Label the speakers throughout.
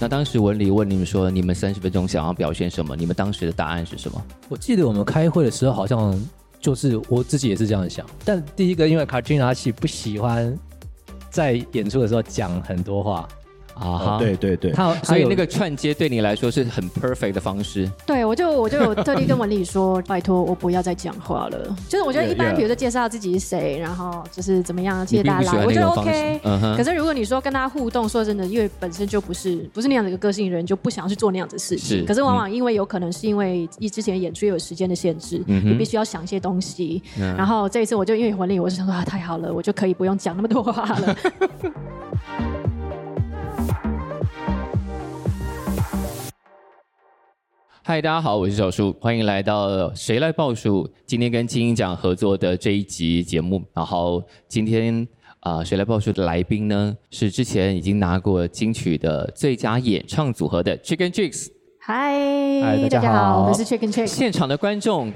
Speaker 1: 那当时文理问你们说，你们三十分钟想要表现什么？你们当时的答案是什么？
Speaker 2: 我记得我们开会的时候，好像就是我自己也是这样想。但第一个，因为卡 a 拉奇不喜欢在演出的时候讲很多话，
Speaker 1: 啊
Speaker 3: 哦
Speaker 4: 啊，对对对，
Speaker 2: 他
Speaker 1: 所以
Speaker 2: 有
Speaker 1: 那个串接对你来说是很 perfect 的方式。
Speaker 3: 对，我就我就有特地跟文丽说， 拜托我不要再讲话了。就是我觉得一
Speaker 4: Yeah,
Speaker 3: 般，
Speaker 4: yeah.
Speaker 3: 比如说介绍自己是谁，然后就是怎么样，谢
Speaker 1: 你
Speaker 3: 谢
Speaker 1: 并
Speaker 3: 大
Speaker 1: 不
Speaker 3: 家
Speaker 1: 喜欢
Speaker 3: 来，我
Speaker 1: 那
Speaker 3: 觉
Speaker 1: 种
Speaker 3: 得
Speaker 1: 方式
Speaker 3: OK。
Speaker 1: 嗯哼
Speaker 3: 可是如果你说跟他互动，说真的，因为本身就不是不是那样的一个个性人，就不想要去做那样子的事情。
Speaker 1: 是嗯
Speaker 3: 可是往往因为有可能是因为一之前演出也有时间的限制，
Speaker 1: 嗯哼嗯
Speaker 3: 你必须要想一些东西。然后这一次我就因为婚礼，我就想说啊，太好了，我就可以不用讲那么多话了。
Speaker 1: 嗨，大家好，我是小树，欢迎来到《谁来报数》。今天跟金鹰奖合作的这一集节目，然后今天啊，呃谁来报数》的来宾呢是之前已经拿过金曲的最佳演唱组合的 Chicken Chicks。
Speaker 3: 嗨
Speaker 2: 嗨，大
Speaker 3: 大
Speaker 2: 家
Speaker 3: 家
Speaker 2: 好
Speaker 3: 好，我们是 Chicken Chick。
Speaker 1: 现场的观众，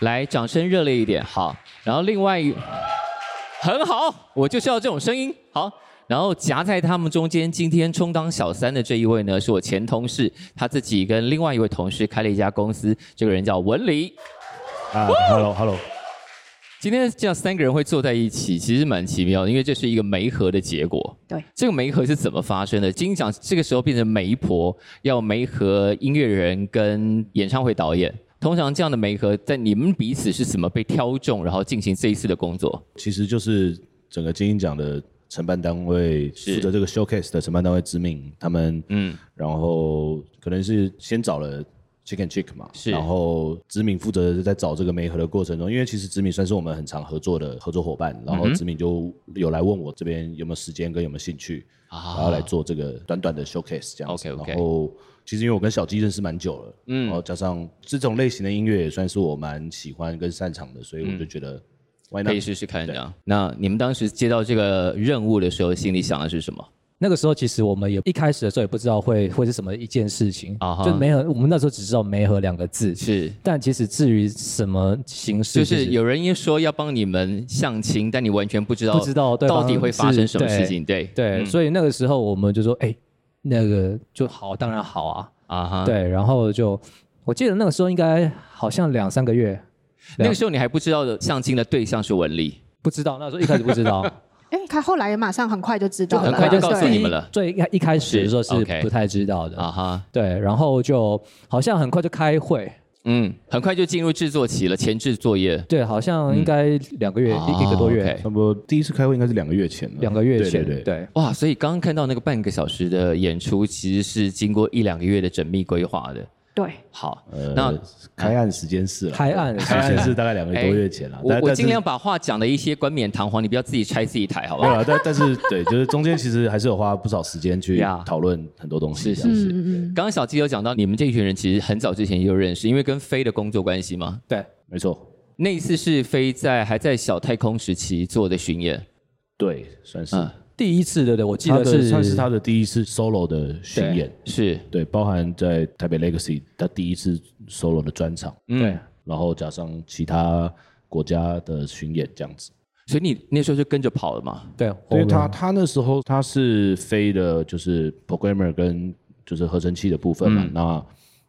Speaker 1: 来掌声热烈一点，好。然后另外一，很好，我就是要这种声音，好。然后夹在他们中间，今天充当小三的这一位呢，是我前同事，他自己跟另外一位同事开了一家公司，这个人叫文黎。
Speaker 4: 啊，Hello Hello，
Speaker 1: 今天这样三个人会坐在一起，其实蛮奇妙的，因为这是一个媒合的结果。
Speaker 3: 对，
Speaker 1: 这个媒合是怎么发生的？金奖这个时候变成媒婆，要媒合音乐人跟演唱会导演。通常这样的媒合，在你们彼此是怎么被挑中，然后进行这一次的工作？
Speaker 4: 其实就是整个金鹰奖的承办单位
Speaker 1: 是
Speaker 4: 负责这个 showcase 的承办单位知命，他们
Speaker 1: 嗯
Speaker 4: 嗯，然后可能是先找了 Chicken Chick 嘛，
Speaker 1: 是
Speaker 4: 然后知敏负责在找这个媒合的过程中，因为其实知敏算是我们很常合作的合作伙伴，
Speaker 1: 嗯
Speaker 4: 然后知敏就有来问我这边有没有时间跟有没有兴趣，
Speaker 1: 啊
Speaker 4: 然后来做这个短短的 showcase 这样子。
Speaker 1: OK，OK
Speaker 4: 然后其实因为我跟小鸡认识蛮久了，嗯，然后加上这种类型的音乐也算是我蛮喜欢跟擅长的，所以我就觉得 why not？
Speaker 1: 可以试试看这样。那你们当时接到这个任务的时候，心里想的是什么？
Speaker 2: 那个时候，其实我们也一开始的时候也不知道会会是什么一件事情
Speaker 1: 啊哈
Speaker 2: 就梅和我们那时候只知道梅和两个字，
Speaker 1: 是，
Speaker 2: 但其实至于什么形式，
Speaker 1: 就
Speaker 2: 其
Speaker 1: 是
Speaker 2: 实
Speaker 1: 有人一说要帮你们相亲，但你完全不知道
Speaker 2: 不知道对方
Speaker 1: 到底会发生什么
Speaker 2: 是
Speaker 1: 事情。对嗯
Speaker 2: 对，所以那个时候我们就说，哎、那个就好，当然好啊，
Speaker 1: 啊哈，
Speaker 2: 对，然后就我记得那个时候应该好像两三个月，
Speaker 4: 啊
Speaker 1: 那个时候你还不知道的相亲的对象是文丽。
Speaker 2: 不知道那时候一开始不知 道，
Speaker 3: 哎，他后来马上很快就知道
Speaker 1: 很
Speaker 3: 了，
Speaker 1: 快就告诉
Speaker 3: 对
Speaker 1: 你们了
Speaker 2: 最一开一开始的时候
Speaker 1: 是
Speaker 2: 是
Speaker 1: ，OK
Speaker 2: 不太知道的，
Speaker 1: 啊哈，
Speaker 2: 对，然后就好像很快就开会，
Speaker 1: 嗯，很快就进入制作期了，前置作业。
Speaker 2: 对，好像应该两个月、
Speaker 1: 哦
Speaker 2: 一一个多月。
Speaker 1: OK
Speaker 4: 差不多第一次开会应该是两个月前了，
Speaker 2: 两个月前，
Speaker 4: 对对对。
Speaker 2: 对
Speaker 1: 哇，所以刚刚看到那个半个小时的演出，其实是经过一两个月的缜密规划的。
Speaker 3: 对。
Speaker 1: 好，
Speaker 4: 呃，
Speaker 1: 那
Speaker 4: 开案时间是了，
Speaker 2: 开案的时
Speaker 4: 开
Speaker 2: 间
Speaker 4: 案是大概两个多月前了。
Speaker 1: 我
Speaker 4: 啊但
Speaker 1: 哎我
Speaker 4: 但是
Speaker 1: 尽量把话讲的一些冠冕堂皇，你不要自己拆自己台，好不
Speaker 4: 没有
Speaker 1: 好？
Speaker 4: 啊，但但是对，就是中间其实还是有花不少时间去
Speaker 1: Yeah
Speaker 4: 讨论很多东西
Speaker 1: 是
Speaker 4: 这
Speaker 1: 是
Speaker 4: 样。
Speaker 3: 嗯
Speaker 1: 是。刚刚小鸡有讲到，你们这群人其实很早之前就认识，因为跟飞的工作关系嘛。
Speaker 2: 对，
Speaker 4: 没错，
Speaker 1: 那一次是飞在还在小太空时期做的巡演，
Speaker 4: 对，算是
Speaker 1: 嗯
Speaker 2: 第一次对对，我记
Speaker 4: 他
Speaker 2: 得
Speaker 4: 的
Speaker 2: 是
Speaker 4: 算是他的第一次 solo 的巡演，
Speaker 1: 是，
Speaker 4: 对，包含在台北 Legacy 他第一次 solo 的专场，
Speaker 1: 嗯，
Speaker 4: 然后加上其他国家的巡演这样子。
Speaker 1: 所以你那时候就跟着跑了嘛？
Speaker 2: 对，
Speaker 4: 因为他
Speaker 2: 我
Speaker 4: 他那时候他是飞的，就是 programmer 跟就是合成器的部分嘛，那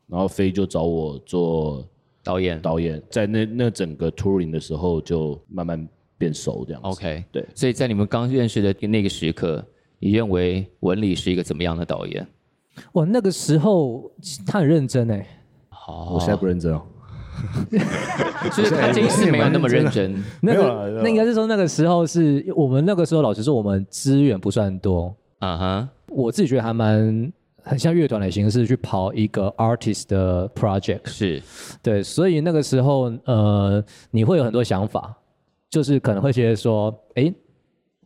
Speaker 4: 然后飞就找我做
Speaker 1: 导演
Speaker 4: 导演，在那那整个 touring 的时候就慢慢变熟这样子。
Speaker 1: ，OK，
Speaker 4: 对
Speaker 1: 所以在你们刚认识的那个时刻，你认为文理是一个怎么样的导演？
Speaker 2: 我那个时候他很认真哎，
Speaker 1: 哦
Speaker 4: 我现在不认真哦，
Speaker 1: 就是哦他这一次没有那么认真，
Speaker 2: 那
Speaker 4: 没有啦没
Speaker 2: 个
Speaker 4: 有啦
Speaker 2: 那应该是说那个时候是我们那个时候，老实说我们资源不算多，
Speaker 1: 啊哈，
Speaker 2: 我自己觉得还蛮很像乐团的形式去跑一个 artist 的 project，
Speaker 1: 是
Speaker 2: 对，所以那个时候呃你会有很多想法，就是可能会觉得说，诶，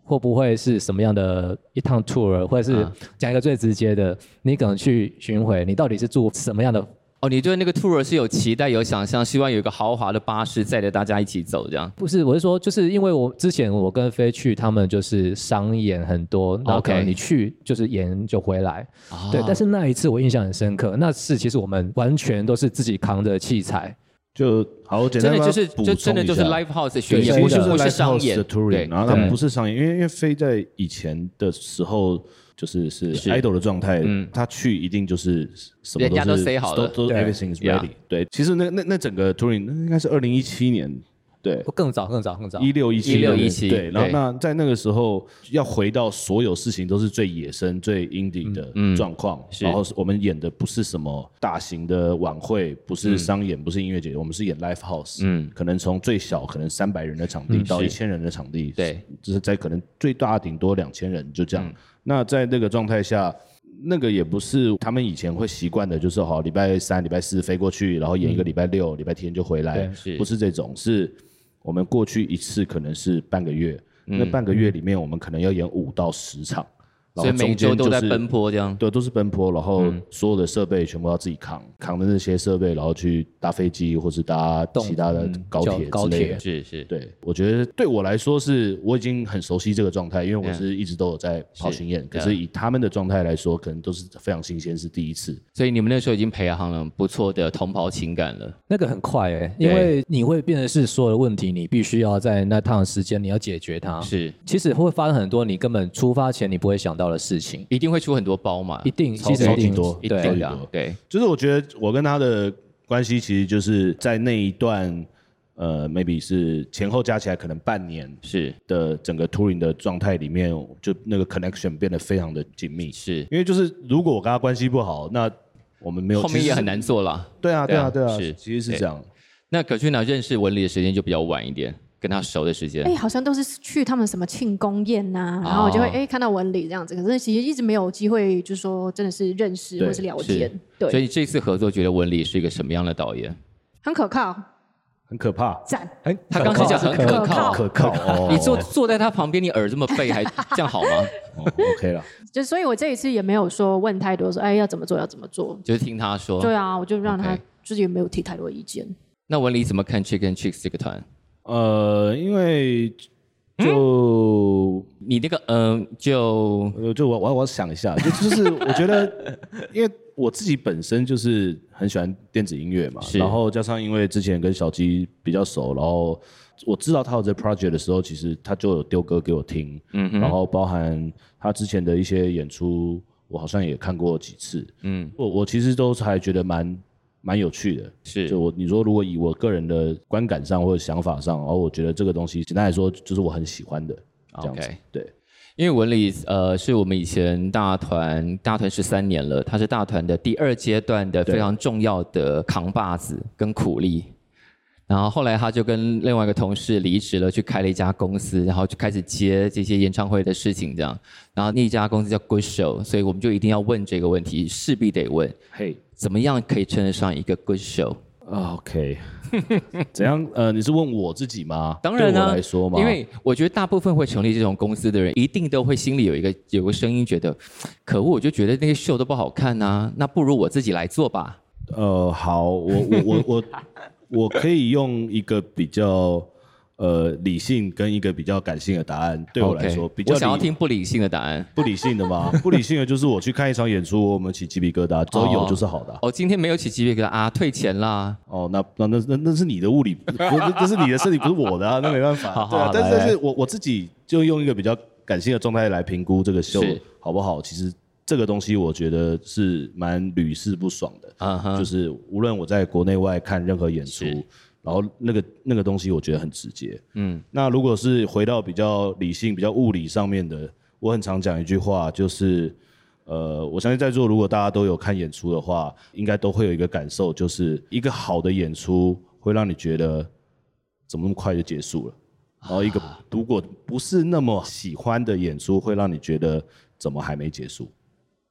Speaker 2: 会不会是什么样的一趟 tour，或者是
Speaker 1: 啊
Speaker 2: 讲一个最直接的，你可能去巡回，你到底是住什么样的
Speaker 1: 哦，你对那个 tour 是有期待、有想象，希望有一个豪华的巴士载着大家一起走，这样
Speaker 2: 不是，我是说，就是因为我之前我跟飞去，他们就是商演很多，然后
Speaker 1: OK
Speaker 2: 可能你去就是演就回来，啊
Speaker 1: 哦
Speaker 2: 对。但是那一次我印象很深刻，那次其实我们完全都是自己扛着器材，
Speaker 4: 就好简
Speaker 1: 真的
Speaker 4: 单帮
Speaker 1: 就
Speaker 4: 他
Speaker 1: 是
Speaker 4: 补
Speaker 1: 就
Speaker 4: 充
Speaker 1: 真的
Speaker 4: 一
Speaker 1: 就是
Speaker 4: 下
Speaker 1: live house 巡
Speaker 4: 对，
Speaker 1: 演，
Speaker 4: 其
Speaker 1: 不
Speaker 4: 实就是
Speaker 1: 不是
Speaker 4: live
Speaker 1: 商
Speaker 4: house
Speaker 1: 演
Speaker 4: 的 touring，
Speaker 1: 对嗯
Speaker 4: 然后他们
Speaker 2: 对
Speaker 4: 不是商演，因为因为飞在以前的时候就是是
Speaker 1: 是
Speaker 4: idol 的状态
Speaker 1: 嗯，
Speaker 4: 他去一定就是什么
Speaker 1: 人
Speaker 4: 都
Speaker 1: 家都
Speaker 4: 是
Speaker 1: say 好了
Speaker 4: 都都
Speaker 2: 对
Speaker 4: everything is
Speaker 1: Yeah
Speaker 4: ready。对，其实那那那整个 touring 那应该是二零一七年，对，
Speaker 2: 更早更早更早，
Speaker 4: 一六一七
Speaker 1: 16 17
Speaker 4: 对，然后
Speaker 1: 对
Speaker 4: 那在那个时候要回到所有事情都是最野生、最 indie 的状况，
Speaker 1: 是
Speaker 4: 然后嗯是我们演的不是什么大型的晚会，不是商演，不是音乐节，我们是演 live house，
Speaker 1: 嗯
Speaker 4: 嗯，可能从最小可能三百人的场地到一千人的场地，
Speaker 1: 对，
Speaker 4: 就是在可能最大顶多两千人就这样。那在那个状态下。那个也不是他们以前会习惯的，就是好礼拜三、礼拜四飞过去，然后演一个礼拜六、礼拜天就回来
Speaker 2: 对，
Speaker 1: 嗯是
Speaker 4: 不是这种，是我们过去一次可能是半个月，
Speaker 1: 嗯
Speaker 4: 那半个月里面我们可能要演五到十场，然
Speaker 1: 所以
Speaker 4: 后
Speaker 1: 每周
Speaker 4: 中间
Speaker 1: 都在
Speaker 4: 就是
Speaker 1: 奔波这嗯样。
Speaker 4: 对，都是奔波，然后所有的设备全部要自己扛，扛着那些设备，然后去搭飞机或是搭
Speaker 2: 动
Speaker 4: 其他的
Speaker 2: 嗯
Speaker 4: 高
Speaker 2: 叫
Speaker 4: 铁
Speaker 2: 高
Speaker 4: 之类
Speaker 2: 铁
Speaker 4: 的。
Speaker 1: 是是，
Speaker 4: 对，我觉得对我来说是我已经很熟悉这个状态，因为我
Speaker 1: 嗯
Speaker 4: 是一直都有在跑
Speaker 1: 是
Speaker 4: 巡演。可
Speaker 1: 对啊
Speaker 4: 是以他们的状态来说，可能都是非常新鲜，是第一次。
Speaker 1: 所以你们那时候已经培养了不错的同袍情感了。
Speaker 2: 那个很快哎、
Speaker 1: 对
Speaker 2: 因为你会变成是所有的问题，你必须要在那趟时间你要解决它。
Speaker 1: 是，
Speaker 2: 其实会发生很多你根本出发前你不会想到的事情，
Speaker 1: 一定会出很多包嘛，
Speaker 2: 一定
Speaker 1: 啊超
Speaker 2: 其实
Speaker 4: 超
Speaker 2: 一
Speaker 4: 级
Speaker 2: 定
Speaker 4: 多
Speaker 1: 一
Speaker 2: 对
Speaker 1: 定的
Speaker 4: 超级
Speaker 1: 啊
Speaker 4: 多，
Speaker 1: 对，
Speaker 4: 就是我觉得我跟他的关系，其实就是在那一段，呃，maybe 是前后加起来可能半年
Speaker 1: 是
Speaker 4: 的整个 touring 的状态里面，就那个 connection 变得非常的紧密。
Speaker 1: 是，
Speaker 4: 因为就是如果我跟他关系不好，那我们没有
Speaker 1: 后面
Speaker 4: 其实
Speaker 1: 也
Speaker 4: 是
Speaker 1: 很难做了。
Speaker 4: 对啊，对啊，
Speaker 1: 对
Speaker 4: 对
Speaker 1: 啊
Speaker 4: 啊，
Speaker 1: 是
Speaker 4: 其实是这样。
Speaker 1: 那可俊呢，认识文理的时间就比较晚一点，跟他熟的时间
Speaker 3: 哎、，好像都是去他们什么庆功宴呐、然后我就会
Speaker 1: 哦
Speaker 3: 哎、看到文理这样子，可是其实一直没有机会，就是说真的是认识
Speaker 4: 对
Speaker 3: 或是聊
Speaker 1: 是
Speaker 3: 天，对，
Speaker 1: 所以这次合作，觉得文理是一个什么样的导演？
Speaker 3: 很可靠，
Speaker 4: 很可怕，
Speaker 3: 赞。
Speaker 2: 哎、
Speaker 1: 他刚才讲很可靠
Speaker 3: 可靠，
Speaker 4: 可靠哦。
Speaker 1: 你坐坐在他旁边，你耳这么背，还这样好 吗？
Speaker 4: 哦 OK 了，
Speaker 3: 就所以，我这一次也没有说问太多，说哎要怎么做要怎么做。
Speaker 1: 就是听他说。
Speaker 3: 对啊，我就让他
Speaker 1: 哦 OK
Speaker 3: 自己也没有提太多意见。
Speaker 1: 那文理怎么看 Chicken Chicks 这个团？
Speaker 4: 呃，因为就
Speaker 1: 你那个嗯、就
Speaker 4: 呃，就我我我想一下，就就是我觉得，因为我自己本身就是很喜欢电子音乐嘛，
Speaker 1: 是
Speaker 4: 然后加上因为之前跟小鸡比较熟，然后我知道他有这 project 的时候，其实他就有丢歌给我听，嗯，然后包含他之前的一些演出，我好像也看过几次，嗯，我我其实都还觉得蛮蛮有趣的，
Speaker 1: 是
Speaker 4: 就我你说，如果以我个人的观感上或者想法上，然后我觉得这个东西简单来说就是我很喜欢的这样子
Speaker 1: OK
Speaker 4: 对，
Speaker 1: 因为文理呃是我们以前大团大团十三年了，他是大团的第二阶段的
Speaker 4: 对
Speaker 1: 非常重要的扛把子跟苦力。然后后来他就跟另外一个同事离职了，去开了一家公司，然后就开始接这些演唱会的事情，这样。然后那一家公司叫 Good Show，所以我们就一定要问这个问题，势必得问，
Speaker 4: 嘿、
Speaker 1: 怎么样可以称得上一个 Good Show？
Speaker 4: 啊 OK，怎样？呃，你是问我自己吗？
Speaker 1: 当然
Speaker 4: 对我
Speaker 1: 呢、
Speaker 4: 来说吗？
Speaker 1: 因为我觉得大部分会成立这种公司的人，一定都会心里有一个有个声音，觉得可恶，我就觉得那些秀都不好看呐、啊那不如我自己来做吧。
Speaker 4: 呃，好，我我我我我可以用一个比较呃理性跟一个比较感性的答案，对我来说
Speaker 1: OK，
Speaker 4: 比较
Speaker 1: 我想要
Speaker 4: 理
Speaker 1: 听不理性的答案。
Speaker 4: 不理性的吗？不理性的就是我去看一场演出，我们起鸡皮疙瘩，只要有就是好的啊、
Speaker 1: 哦，今天没有起鸡皮疙瘩啊，退钱啦。
Speaker 4: 哦，那那那那那是你的物理，不那那是你的身体，不是我的啊，那没办 法。
Speaker 1: 好好
Speaker 4: 对啊
Speaker 1: 好，
Speaker 4: 但
Speaker 1: 来
Speaker 4: 是但是我我自己就用一个比较感性的状态来评估这个秀
Speaker 1: 是
Speaker 4: 好不好。其实这个东西我觉得是蛮屡试不爽的，
Speaker 1: 嗯哼，
Speaker 4: 啊就是无论我在国内外看任何演出
Speaker 1: 是，
Speaker 4: 然后那个那个东西我觉得很直接。
Speaker 1: 嗯
Speaker 4: 嗯，那如果是回到比较理性、比较物理上面的，我很常讲一句话，就是呃，我相信在座如果大家都有看演出的话，应该都会有一个感受，就是一个好的演出会让你觉得怎么那么快就结束了。然后一个
Speaker 1: 啊
Speaker 4: 如果不是那么喜欢的演出，会让你觉得怎么还没结束？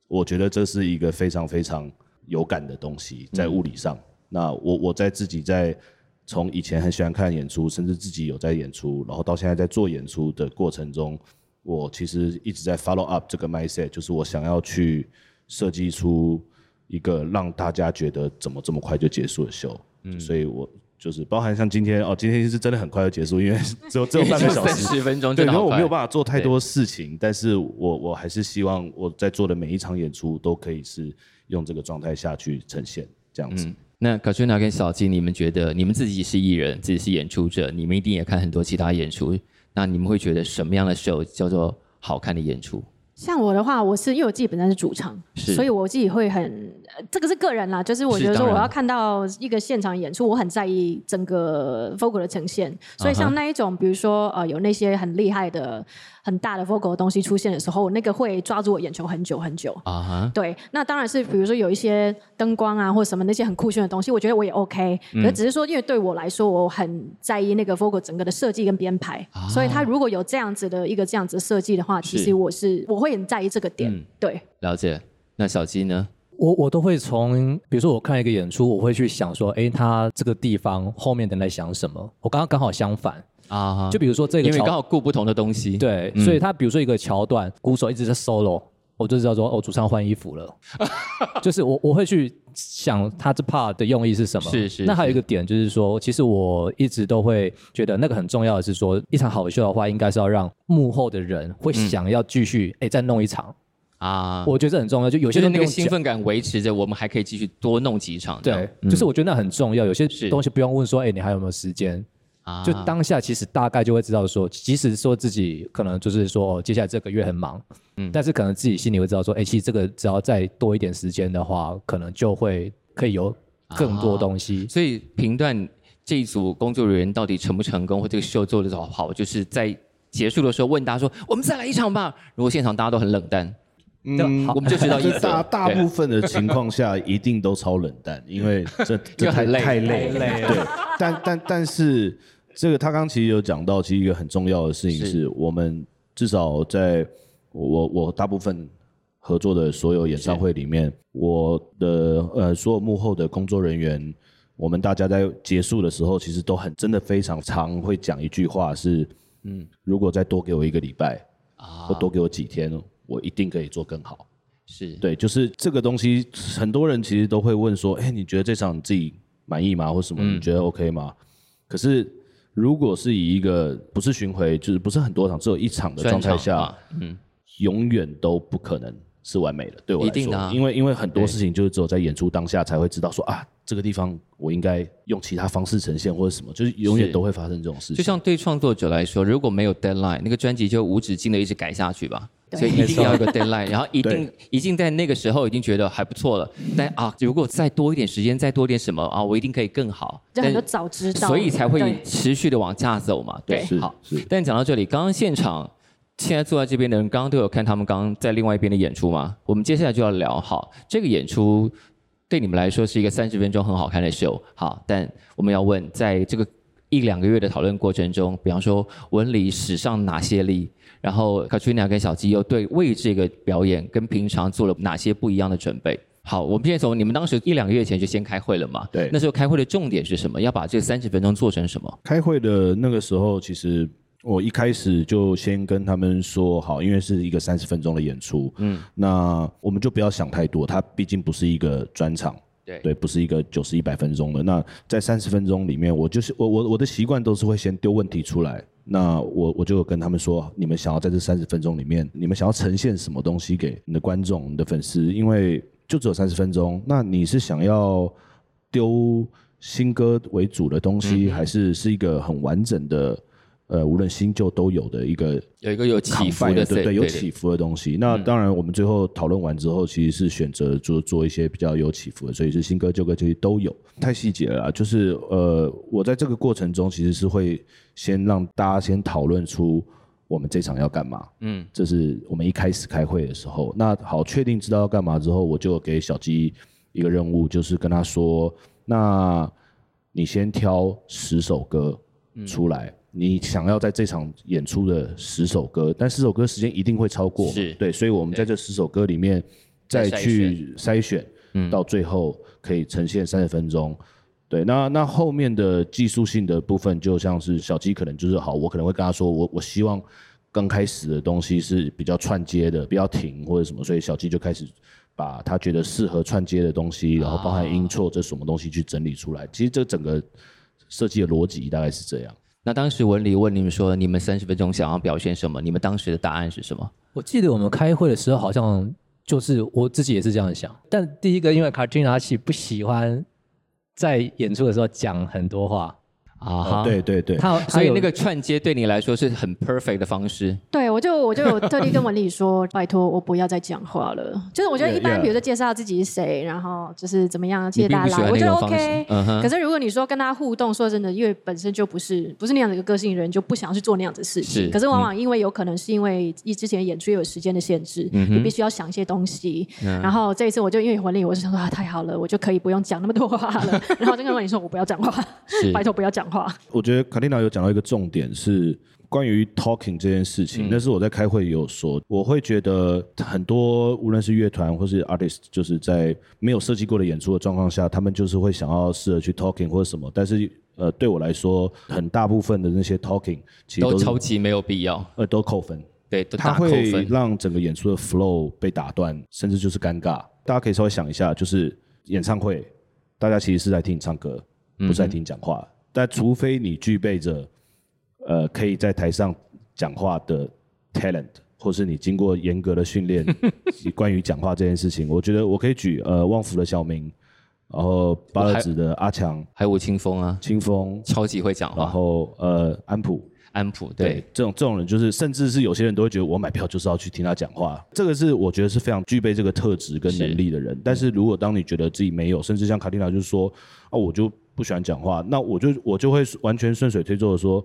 Speaker 4: 我觉得这是一个非常非常有感的东西，在物理上。那我我在自己在从以前很喜欢看演出，甚至自己有在演出，然后到现在在做演出的过程中，我其实一直在 follow up 这个 mindset，就是我想要去设计出一个让大家觉得怎么这么快就结束的秀。嗯，所以我就是包含像今天哦，今天是真的很快就结束，因为 只有只有半个 小时，
Speaker 1: 十分钟，
Speaker 4: 对，
Speaker 1: 真的
Speaker 4: 然后
Speaker 1: 好
Speaker 4: 我没有
Speaker 1: 快
Speaker 4: 办法做太多事情，但是我我还是希
Speaker 1: 嗯
Speaker 4: 望我在做的每一场演出都可以是用这个状态下去呈现，这样子。
Speaker 1: 那 Katrina 跟小金，你们觉得你们自己是艺人，自己是演出者，你们一定也看很多其他演出，那你们会觉得什么样的 show 叫做好看的演出？
Speaker 3: 像我的话，我是因为我自己本身是主唱，
Speaker 1: 是
Speaker 3: 所以我自己会很，呃这个是个人啦，就是我
Speaker 1: 是
Speaker 3: 觉得说
Speaker 1: 当
Speaker 3: 我
Speaker 1: 然
Speaker 3: 要看到一个现场演出，我很在意整个 vocal 的呈现。所以
Speaker 1: 啊
Speaker 3: 像
Speaker 1: 哈
Speaker 3: 那一种，比如说呃有那些很厉害的、很大的 vocal 的东西出现的时候，我那个会抓住我眼球很久很久。
Speaker 1: 啊哈，
Speaker 3: 对，那当然是比如说有一些灯光啊，或者什么那些很酷炫的东西，我觉得我也 OK、可是
Speaker 1: 嗯
Speaker 3: 只是说，因为对我来说，我很在意那个 vocal 整个的设计跟编排，
Speaker 1: 啊
Speaker 3: 所以它如果有这样子的一个这样子的设计的话，其
Speaker 1: 是
Speaker 3: 实我是我会很在意这个点。
Speaker 1: 嗯
Speaker 3: 对，
Speaker 1: 了解。那小金呢？
Speaker 2: 我我都会从，比如说我看一个演出，我会去想说，诶，他这个地方后面的人在想什么？我刚刚刚好相反，
Speaker 1: 啊哈，
Speaker 2: 就比如说这个
Speaker 1: 因为
Speaker 2: 桥
Speaker 1: 刚好顾不同的东西。
Speaker 2: 对，
Speaker 1: 嗯
Speaker 2: 所以他比如说一个桥段，鼓手一直在 solo，我就知道说哦，主唱换衣服了， 就是我我会去想他这 part 的用意是什么。
Speaker 1: 是是
Speaker 2: 那还有
Speaker 1: 是
Speaker 2: 一个点就是说，其实我一直都会觉得那个很重要的是说，一场好秀的话，应该是要让幕后的人会想要继续哎、再弄一
Speaker 1: 嗯
Speaker 2: 场，
Speaker 1: 啊，
Speaker 2: 我觉得这很重要。就有
Speaker 1: 我觉
Speaker 2: 些
Speaker 1: 得
Speaker 2: 人
Speaker 1: 那个
Speaker 2: 不用
Speaker 1: 兴奋感维持着，我们还可以继续多弄几场这样。
Speaker 2: 对，就是我觉得那很重要。有些
Speaker 1: 嗯是
Speaker 2: 东西不用问说，哎、你还有没有时间？
Speaker 1: 啊
Speaker 2: 就当下其实大概就会知道说，即使说自己可能就是说、哦接下来这个月很忙，嗯，但是可能自己心里会知道说，哎、其实这个只要再多一点时间的话，可能就会可以有更多东西。
Speaker 1: 所以评断这一组工作人员到底成不成功，或这个秀做的好不好，就是在结束的时候问大家说：“我们再来一场吧。”如果现场大家都很冷淡，
Speaker 4: 嗯，
Speaker 1: 我们就知 道意思。
Speaker 4: 大大
Speaker 1: 对
Speaker 4: 部分的情况下一定都超冷 淡，因为
Speaker 1: 因
Speaker 4: 这
Speaker 1: 为
Speaker 4: 这太
Speaker 1: 很累
Speaker 4: 太累了。对，但但但是这个他刚其实有讲到，其实一个很重要的事情
Speaker 1: 是
Speaker 4: 是我们至少在我我大部分合作的所有演唱会里面，我的呃所有幕后的工作人员。我们大家在结束的时候，其实都很真的非常常会讲一句话是，嗯，如果再多给我一个礼拜，
Speaker 1: 啊
Speaker 4: 或，多给我几天，我一定可以做更好。
Speaker 1: 是
Speaker 4: 对，就是这个东西，很多人其实都会问说：“哎、你觉得这场你自己满意吗？或什么？
Speaker 1: 嗯
Speaker 4: 你觉得 OK 吗？”可是如果是以一个不是巡回，就是不是很多场，只有一场的状态
Speaker 1: 专场
Speaker 4: 下
Speaker 1: 啊，嗯，
Speaker 4: 永远都不可能是完美的。对我来说，
Speaker 1: 一定的啊
Speaker 4: 因为因为很多
Speaker 1: 对
Speaker 4: 事情就是只有在演出当下才会知道说啊，这个地方我应该用其他方式呈现或者什么，就是永远
Speaker 1: 是
Speaker 4: 都会发生这种事情。
Speaker 1: 就像对创作者来说，如果没有 deadline，那个专辑就无止境的一直改下去吧。
Speaker 3: 对
Speaker 1: 所以一定要有个 deadline，然后一定一定在那个时候已经觉得还不错了，但啊，如果再多一点时间，再多点什么啊，我一定可以更好。
Speaker 3: 就
Speaker 1: 但
Speaker 3: 很多早知道，
Speaker 1: 所以才会
Speaker 3: 对
Speaker 1: 持续的往下走嘛。对，
Speaker 4: 是
Speaker 1: 好
Speaker 4: 是。
Speaker 1: 但讲到这里，刚刚现场现在坐在这边的人，刚刚都有看他们刚刚在另外一边的演出嘛。我们接下来就要聊好这个演出对你们来说是一个三十分钟很好看的秀，好，但我们要问，在这个一两个月的讨论过程中，比方说文理史上哪些例，然后 Katrina 跟小鸡又对为这个表演跟平常做了哪些不一样的准备？好，我们现在从你们当时一两个月前就先开会了嘛？
Speaker 4: 对
Speaker 1: 那时候开会的重点是什么？要把这三十分钟做成什么？
Speaker 4: 开会的那个时候，其实我一开始就先跟他们说好，因为是一个三十分钟的演出，嗯，那我们就不要想太多，它毕竟不是一个专场。
Speaker 1: 对
Speaker 4: 对，不是一个九十一百分钟的。那在三十分钟里面，我就是我我我的习惯都是会先丢问题出来。那我我就有跟他们说，你们想要在这三十分钟里面，你们想要呈现什么东西给你的观众、你的粉丝？因为就只有三十分钟，那你是想要丢新歌为主的东西，还是是一个很完整的，呃，无论新旧都有的一个
Speaker 1: 有一个有起伏
Speaker 4: combine
Speaker 1: 的，
Speaker 4: 对对，有起伏的东西。那当然，我们最后讨论完之后，其实是选择做做一些比较有起伏的，所以是新歌旧歌其实都有。太细节了啦，啊就是呃，我在这个过程中其实是会先让大家先讨论出我们这场要干嘛。嗯，这是我们一开始开会的时候。那好，确定知道要干嘛之后，我就给小鸡一个任务，就是跟他说，那你先挑十首歌出来，你想要在这场演出的十首歌，但十首歌时间一定会超过，
Speaker 1: 是
Speaker 4: 对，所以我们在这十首歌里面再
Speaker 1: 再筛
Speaker 4: 去筛选，嗯到最后可以呈现三十分钟。对，那那后面的技术性的部分，就像是小鸡可能就是好，我可能会跟他说，我我希望刚开始的东西是比较串接的，不要停或者什么，所以小鸡就开始把他觉得适合串接的东西，然后包
Speaker 1: 啊
Speaker 4: 含音错这什么东西去整理出来。其实这整个设计的逻辑大概是这样。
Speaker 1: 那当时文理问你们说，你们三十分钟想要表现什么？你们当时的答案是什么？
Speaker 2: 我记得我们开会的时候，好像就是我自己也是这样想，但第一个因为 Katrina 她喜不喜欢在演出的时候讲很多话，
Speaker 1: 啊
Speaker 4: 啊，
Speaker 1: 哈，
Speaker 4: 对对对，
Speaker 2: 他
Speaker 1: 所
Speaker 2: 他
Speaker 1: 以
Speaker 2: 有
Speaker 1: 那个串接对你来说是很 perfect 的方式。
Speaker 3: 对，我就我就有特地跟文丽说，拜托我不要再讲话了。就是我觉得一
Speaker 4: Yeah,
Speaker 3: 般，
Speaker 4: yeah.
Speaker 3: 比如说介绍自己是谁，然后就是怎么样，谢
Speaker 1: 你
Speaker 3: 谢
Speaker 1: 并
Speaker 3: 大
Speaker 1: 不
Speaker 3: 家
Speaker 1: 喜
Speaker 3: 来，
Speaker 1: 欢
Speaker 3: 我
Speaker 1: 那
Speaker 3: 觉
Speaker 1: 种
Speaker 3: 得
Speaker 1: 方
Speaker 3: OK
Speaker 1: 式。。嗯
Speaker 3: 可
Speaker 1: 哼，
Speaker 3: 是如果你说跟他互动，说真的，因为本身就不是不是那样的一个个性人，就不想去做那样的事情。
Speaker 1: 是嗯
Speaker 3: 可是往往因为有可能是因为一之前演出也有时间的限制，
Speaker 1: 嗯
Speaker 3: 你必须要想一些东西。然后这一次我就因为婚礼，我就想说啊，太好了，我就可以不用讲那么多话 了。然后我就跟文丽说，我不要讲话，
Speaker 1: 是
Speaker 3: 拜托不要讲话。
Speaker 4: 我觉得卡蒂娜有讲到一个重点是关于 talking 这件事情，那是我在开会也有说，我会觉得很多无论是乐团或是 artist，就是在没有设计过的演出的状况下，他们就是会想要试着去 talking 或者什么，但是呃，对我来说，很大部分的那些 talking 其实
Speaker 1: 都
Speaker 4: 都是
Speaker 1: 超级没有必要，
Speaker 4: 呃都扣分。
Speaker 1: 对，都
Speaker 4: 它
Speaker 1: 大扣
Speaker 4: 会
Speaker 1: 分。
Speaker 4: 让整个演出的 flow 被打断，甚至就是尴尬。大家可以稍微想一下，就是演唱会，大家其实是在听你唱歌，不是
Speaker 1: 嗯
Speaker 4: 在听你讲话。但除非你具备着，呃，可以在台上讲话的 talent，或是你经过严格的 训练，关于讲话这件事情，我觉得我可以举呃旺福的小明，然后八
Speaker 1: 我还
Speaker 4: 二子的阿强、
Speaker 1: 还有吴青峰啊，
Speaker 4: 清风，
Speaker 1: 超级会讲话，
Speaker 4: 然后呃安普，
Speaker 1: 安普
Speaker 4: 对
Speaker 1: 对，，
Speaker 4: 这种这种人就是，甚至是有些人都会觉得我买票就是要去听他讲话，这个是我觉得是非常具备这个特质跟能力的人。但是如果当你觉得自己没有，甚至像卡蒂娜就是说啊，我就不喜欢讲话，那我就我就会完全顺水推舟的说，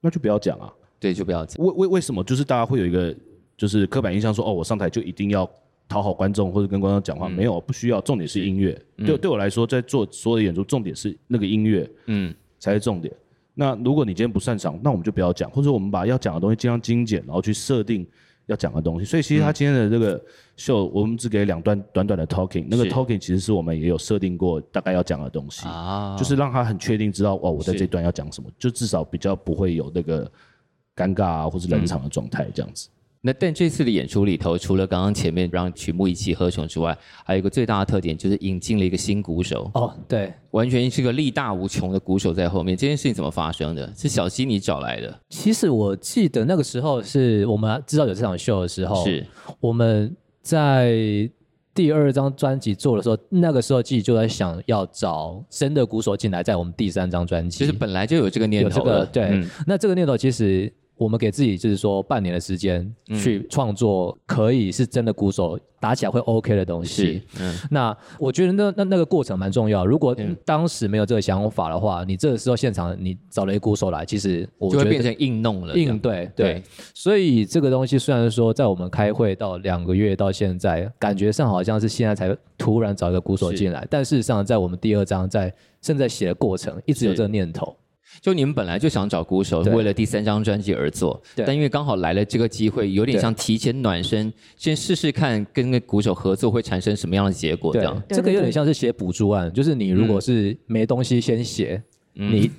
Speaker 4: 那就不要讲啊。
Speaker 1: 对，就不要讲。
Speaker 4: 为为为什么就是大家会有一个就是刻板印象说哦，我上台就一定要讨好观众或者跟观众讲话，
Speaker 1: 嗯
Speaker 4: 没有不需要，重点是音乐。对对我来说，在做所有的演出，重点是那个音乐，
Speaker 1: 嗯，
Speaker 4: 才是重点。那如果你今天不擅长，那我们就不要讲，或者我们把要讲的东西尽量精简，然后去设定要讲的东西。所以其实他今天的这个秀，我们只给两段短短的 talking，那个
Speaker 1: 嗯是
Speaker 4: talking 其实是我们也有设定过大概要讲的东西，
Speaker 1: 啊，
Speaker 4: 就是让他很确定知道哦，我在
Speaker 1: 是
Speaker 4: 这段要讲什么，就至少比较不会有那个尴尬啊或是冷场的状态这样子。
Speaker 1: 那但这次的演出里头，除了刚刚前面让曲目一起合成之外，还有一个最大的特点就是引进了一个新鼓手，
Speaker 2: 哦，对，
Speaker 1: 完全是个力大无穷的鼓手在后面。这件事情怎么发生的？是小溪你找来的？
Speaker 2: 其实我记得那个时候是我们知道有这场秀的时候，
Speaker 1: 是
Speaker 2: 我们在第二张专辑做的时候，那个时候自己就在想要找真的鼓手进来，在我们第三张专辑，
Speaker 1: 其实本来就有这个念
Speaker 2: 有这
Speaker 1: 头了，
Speaker 2: 个对、
Speaker 1: 嗯
Speaker 2: 那这个念头其实我们给自己就是说半年的时间
Speaker 1: 嗯
Speaker 2: 去创作，可以是真的鼓手打起来会 OK 的东
Speaker 1: 是
Speaker 2: 西。
Speaker 1: 嗯
Speaker 2: 那我觉得那那那个过程蛮重要。如果当时没有这个想法的话，你这个时候现场你找了一个鼓手来，其实我
Speaker 1: 就会
Speaker 2: 觉得
Speaker 1: 变成硬弄了这样，
Speaker 2: 应对对
Speaker 1: 对，
Speaker 2: 所以这个东西虽然说在我们开会到两个月到现在，感觉上好像是现在才突然找一个鼓手
Speaker 1: 是
Speaker 2: 进来，但事实上在我们第二章在正在写的过程，一直有
Speaker 1: 是
Speaker 2: 这个念头。
Speaker 1: 就你们本来就想找鼓手，
Speaker 2: 对
Speaker 1: 为了第三张专辑而做，
Speaker 2: 对
Speaker 1: 但因为刚好来了这个机会，有点
Speaker 2: 对
Speaker 1: 像提前暖身，先试试看跟那鼓手合作会产生什么样的结果，这
Speaker 2: 对
Speaker 1: 样，
Speaker 2: 这个
Speaker 3: 对
Speaker 2: 有
Speaker 3: 对
Speaker 2: 点像是写补助案，就是你如果是没东西先写， 你。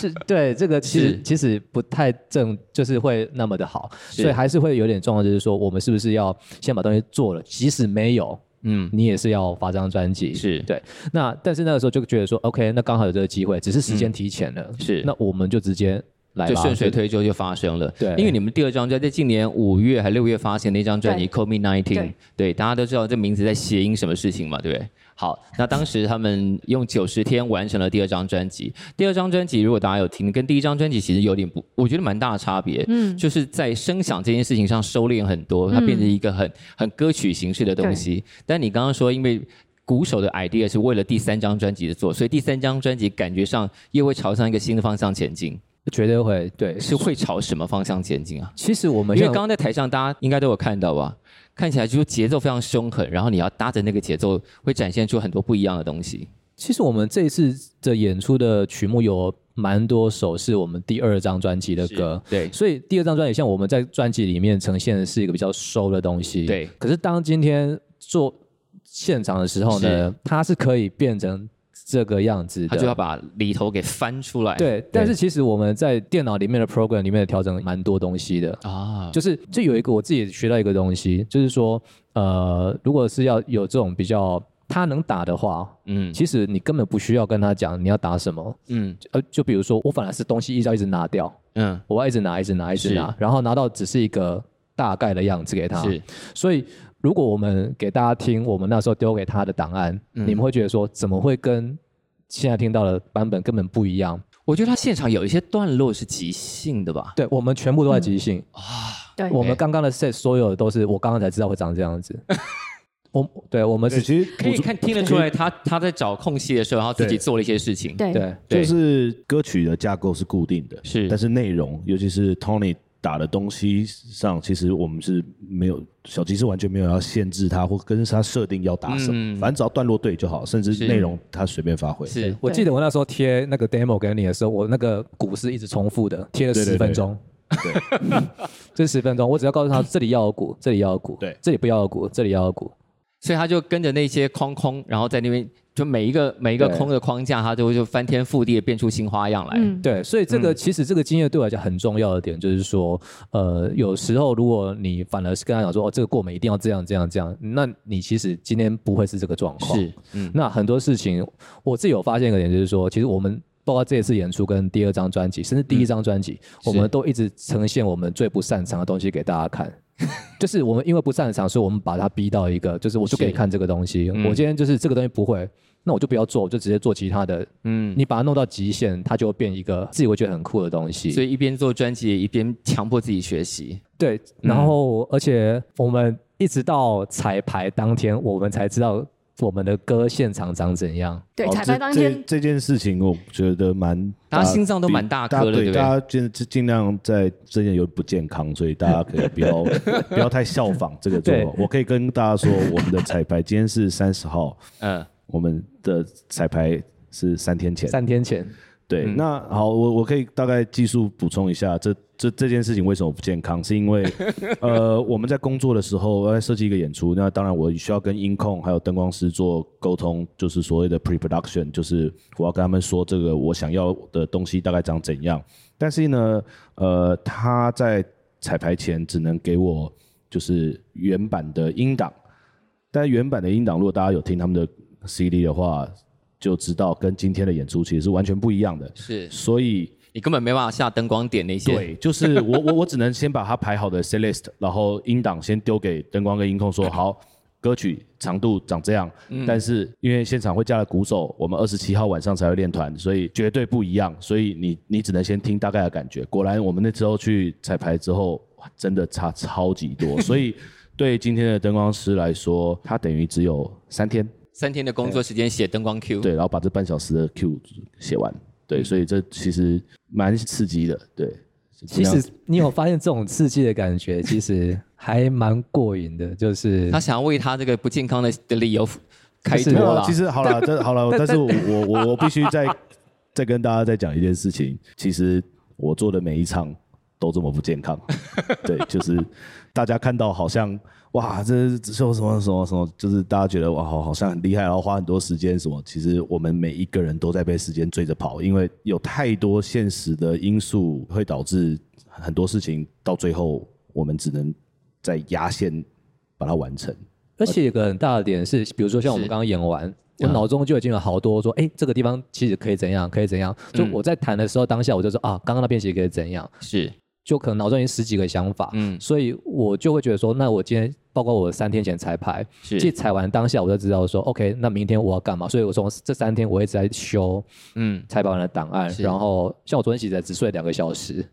Speaker 2: 是对这个其
Speaker 1: 嗯是
Speaker 2: 实其实不太正，就是会那么的好，
Speaker 1: 是
Speaker 2: 所以还是会有点状况，就是说我们是不是要先把东西做了，即使没有，
Speaker 1: 嗯，
Speaker 2: 你也是要发张专辑，
Speaker 1: 是
Speaker 2: 对。那但是那个时候就觉得说，OK，那刚好有这个机会，只是时间提前了，
Speaker 1: 嗯是
Speaker 2: 那我们就直接来吧，
Speaker 1: 就顺水推舟就发生了。
Speaker 2: 对
Speaker 1: 因为你们第二张专辑在今年五月还六月发行的那张专辑《
Speaker 3: 对
Speaker 1: Call Me Nineteen》
Speaker 3: 对，
Speaker 1: 对，大家都知道这名字在谐音什么事情嘛，对不对？好，那当时他们用九十天完成了第二张专辑。第二张专辑如果大家有听，跟第一张专辑其实有点不，我觉得蛮大的差别。嗯，就是在声响这件事情上收敛很多，它变成一个很、很歌曲形式的东西。但你刚刚说，因为鼓手的 idea 是为了第三张专辑的做，所以第三张专辑感觉上又会朝向一个新的方向前进。
Speaker 2: 绝对会对。
Speaker 1: 是会朝什么方向前进啊？
Speaker 2: 其实我
Speaker 1: 因
Speaker 2: 们
Speaker 1: 为
Speaker 2: 像
Speaker 1: 刚刚在台上，大家应该都有看到吧？看起来就是节奏非常凶狠，然后你要搭着那个节奏，会展现出很多不一样的东西。
Speaker 2: 其实我们这一次的演出的曲目有蛮多首是我们第二张专辑的歌，
Speaker 1: 对
Speaker 2: 所以第二张专辑像我们在专辑里面呈现的是一个比较收的东西。
Speaker 1: 对
Speaker 2: 可是当今天做现场的时候呢，它是可以变成这个样子的。
Speaker 1: 他就要把里头给翻出来。
Speaker 2: 对，但是其实我们在电脑里面的 program 里面的调整蛮多东西的。
Speaker 1: 啊，
Speaker 2: 就是就有一个我自己学到一个东西，就是说，呃，如果是要有这种比较他能打的话，
Speaker 1: 嗯
Speaker 2: 其实你根本不需要跟他讲你要打什么，
Speaker 1: 嗯
Speaker 2: 呃，就比如说我反而是东西一直要一直拿掉，
Speaker 1: 嗯，
Speaker 2: 我要一直拿，一直拿，一直拿，然后拿到只是一个大概的样子给他。
Speaker 1: 是
Speaker 2: 所以嗯如果我们给大家听我们那时候丢给他的档案，你们会觉得说怎么会跟现在听到的版本根本不一样。
Speaker 1: 我觉得他现场有一些段落是即兴的吧？
Speaker 2: 对我们全部都在即兴，
Speaker 3: 对，
Speaker 2: 我们刚刚的 set 所有的都是我刚刚才知道会长这样子。我对我们
Speaker 4: 对，
Speaker 2: 是
Speaker 4: 其实
Speaker 1: 可以看听得出来他，他在找空隙的时候，然后自己
Speaker 4: 对
Speaker 1: 做了一些事情。
Speaker 3: 对
Speaker 2: 对
Speaker 1: 对
Speaker 4: 就是歌曲的架构是固定的，
Speaker 1: 是
Speaker 4: 但是内容，尤其是 Tony 打的东西上，其实我们是没有小吉是完全没有要限制他或跟他设定要打什么，
Speaker 1: 嗯
Speaker 4: 反正只要段落对就好，甚
Speaker 1: 是
Speaker 4: 至内容他随便发挥。
Speaker 1: 是
Speaker 2: 我记得我那时候贴那个 demo 给你的时候，我那个鼓是一直重复的，贴了
Speaker 4: 对对
Speaker 2: 十
Speaker 4: 对
Speaker 2: 分钟。 这十分钟，我只要告诉他这里要有鼓，这里要有鼓，
Speaker 4: 对
Speaker 2: 这里不要有鼓，这里要有鼓，
Speaker 1: 所以他就跟着那些框框，然后在那边就每一个每一个
Speaker 2: 对
Speaker 1: 空的框架，他就就翻天覆地的变出新花样来。
Speaker 3: 嗯，
Speaker 2: 对，所以这个、其实这个经验对我来讲很重要的点就是说，呃，有时候如果你反而是跟他讲说，哦，这个过门一定要这样这样这样，那你其实今天不会是这个状况。
Speaker 1: 是，嗯，
Speaker 2: 那很多事情，我自己有发现一个点，就是说，其实我们包括这一次演出跟第二张专辑，甚至第
Speaker 1: 嗯
Speaker 2: 一张专辑，我们都一直呈现我们最不擅长的东西给大家看。 就是我们因为不擅长，所以我们把它逼到一个，就是我就给你
Speaker 1: 是
Speaker 2: 看这个东西。
Speaker 1: 嗯
Speaker 2: 我今天就是这个东西不会，那我就不要做，我就直接做其他的。
Speaker 1: 嗯，
Speaker 2: 你把它弄到极限，它就会变一个自己会觉得很酷的东西。
Speaker 1: 所以一边做专辑，也一边强迫自己学习。
Speaker 2: 对，然后、而且我们一直到彩排当天，我们才知道我们的歌现场长怎样。
Speaker 3: 对，
Speaker 4: 好
Speaker 3: 彩排当天
Speaker 4: 这这这件事情，我觉得蛮
Speaker 1: 大家心脏都蛮大颗的对
Speaker 4: 对
Speaker 1: 不对
Speaker 4: 大家尽尽量在这件有不健康，所以大家可以 不要不要太效仿这个做法。我可以跟大家说，我们的彩排今天是三十号，
Speaker 1: 嗯，
Speaker 4: 我们的彩排是三天前。
Speaker 2: 三天前，
Speaker 4: 对，那好，我我可以大概技术补充一下，这这这件事情为什么不健康？是因为呃，我们在工作的时候，我在设计一个演出，那当然我需要跟音控还有灯光师做沟通，就是所谓的 pre production，就是我要跟他们说这个我想要的东西大概长怎样。但是呢，呃，他在彩排前只能给我就是原版的音档，但原版的音档，如果大家有听他们的 CD 的话，就知道跟今天的演出其实是完全不一样的。
Speaker 1: 是
Speaker 4: 所以，
Speaker 1: 你根本没办法下灯光点那些。
Speaker 4: 对，就是我我我只能先把它排好的 set list，然后音档先丢给灯光跟音控说
Speaker 2: 嗯
Speaker 4: 好。歌曲长度长这样，但是因为现场会加了鼓手，我们二十七号晚上才会练团，所以绝对不一样。所以你你只能先听大概的感觉。果然，我们那时候去彩排之后，哇真的差超级多。所 以对今天的灯光师来说，他等于只有三天，
Speaker 1: 三天的工作时间写灯光 Q。
Speaker 4: 对，然后把这半小时的 Q 写完，
Speaker 2: 嗯
Speaker 4: 对，所以这其实蛮刺激的，对。
Speaker 2: 其实你有发现这种刺激的感觉，其实还蛮过瘾的，就是
Speaker 1: 他想要为他这个不健康的的理由开脱
Speaker 2: 是
Speaker 4: 没有
Speaker 1: 了
Speaker 4: 啦，。其实好了，这好 了，但是我我我我必须再 再跟大家再讲一件事情，其实我做的每一场都这么不健康， 对，就是大家看到好像哇，这是这是什么什么什么，就是大家觉得哇，好好像很厉害，然后花很多时间什么，其实我们每一个人都在被时间追着跑，因为有太多现实的因素会导致很多事情到最后我们只能在压线把它完成。
Speaker 2: 而且有个很大的点是，嗯比如说像我们
Speaker 1: 是
Speaker 2: 刚刚演完，我脑中就已经有好多说，哎、这个地方其实可以怎样，可以怎样。就我在弹的时候，当下我就说啊，刚刚那边其实可以怎样，
Speaker 1: 是，
Speaker 2: 就可能脑中已经十几个想法，
Speaker 1: 嗯，
Speaker 2: 所以我就会觉得说，那我今天包括我三天前彩排，
Speaker 1: 是
Speaker 2: 其实彩完当下我就知道说，OK，那明天我要干嘛？所以我从这三天我一直在修
Speaker 1: 嗯，
Speaker 2: 采访完的档案，
Speaker 1: 是
Speaker 2: 然后像我昨天其实只睡两个小时，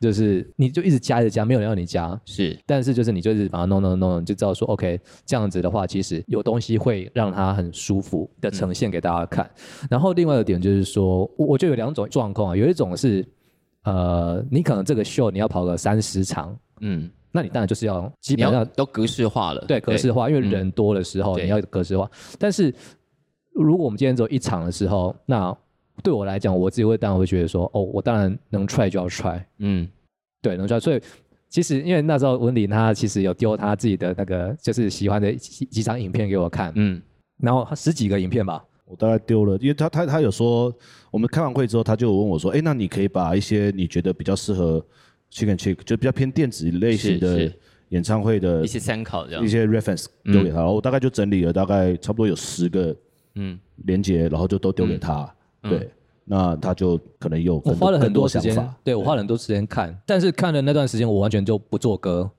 Speaker 2: 就是你就一直加一直加，没有人要你加，
Speaker 1: 是
Speaker 2: 但是就是你就是把它弄弄弄弄，你就知道说 OK，这样子的话，其实有东西会让它很舒服的呈现给大家看。然后另外一个点就是说，我我觉得有两种状况啊，有一种是呃，你可能这个秀你要跑个三十场，
Speaker 1: 嗯，
Speaker 2: 那你当然就是要基
Speaker 1: 你
Speaker 2: 本
Speaker 1: 要
Speaker 2: 上
Speaker 1: 都格式化了。
Speaker 2: 对嗯格式化，因为人多的时候
Speaker 1: 对
Speaker 2: 你要格式化。但是如果我们今天只有一场的时候，那对我来讲，我自己会当然会觉得说，哦，我当然能 try 就要 try，
Speaker 1: 嗯，
Speaker 2: 对，能出来。所以其实因为那时候文林他其实有丢他自己的那个就是喜欢的几几张影片给我看，
Speaker 1: 嗯
Speaker 2: 然后十几个影片吧。
Speaker 4: 我大概丢了，因为他他他有说，我们开完会之后，他就有问我说，哎、那你可以把一些你觉得比较适合 Chicken Chick，就比较偏电子类型
Speaker 1: 是
Speaker 4: 的
Speaker 1: 是
Speaker 4: 演唱会的
Speaker 1: 嗯，一些嗯参考这样
Speaker 4: 一。些 reference 丢给他，然后我大概就整理了大概差不多有十个
Speaker 1: 嗯，
Speaker 4: 连接，然后就都丢给他，对，那他就可能有
Speaker 2: 我
Speaker 4: 更
Speaker 2: 花了很
Speaker 4: 更多
Speaker 2: 时
Speaker 4: 想
Speaker 2: 间
Speaker 4: 法，，
Speaker 2: 对我花了很多时间看，但是看了那段时间，我完全就不做歌，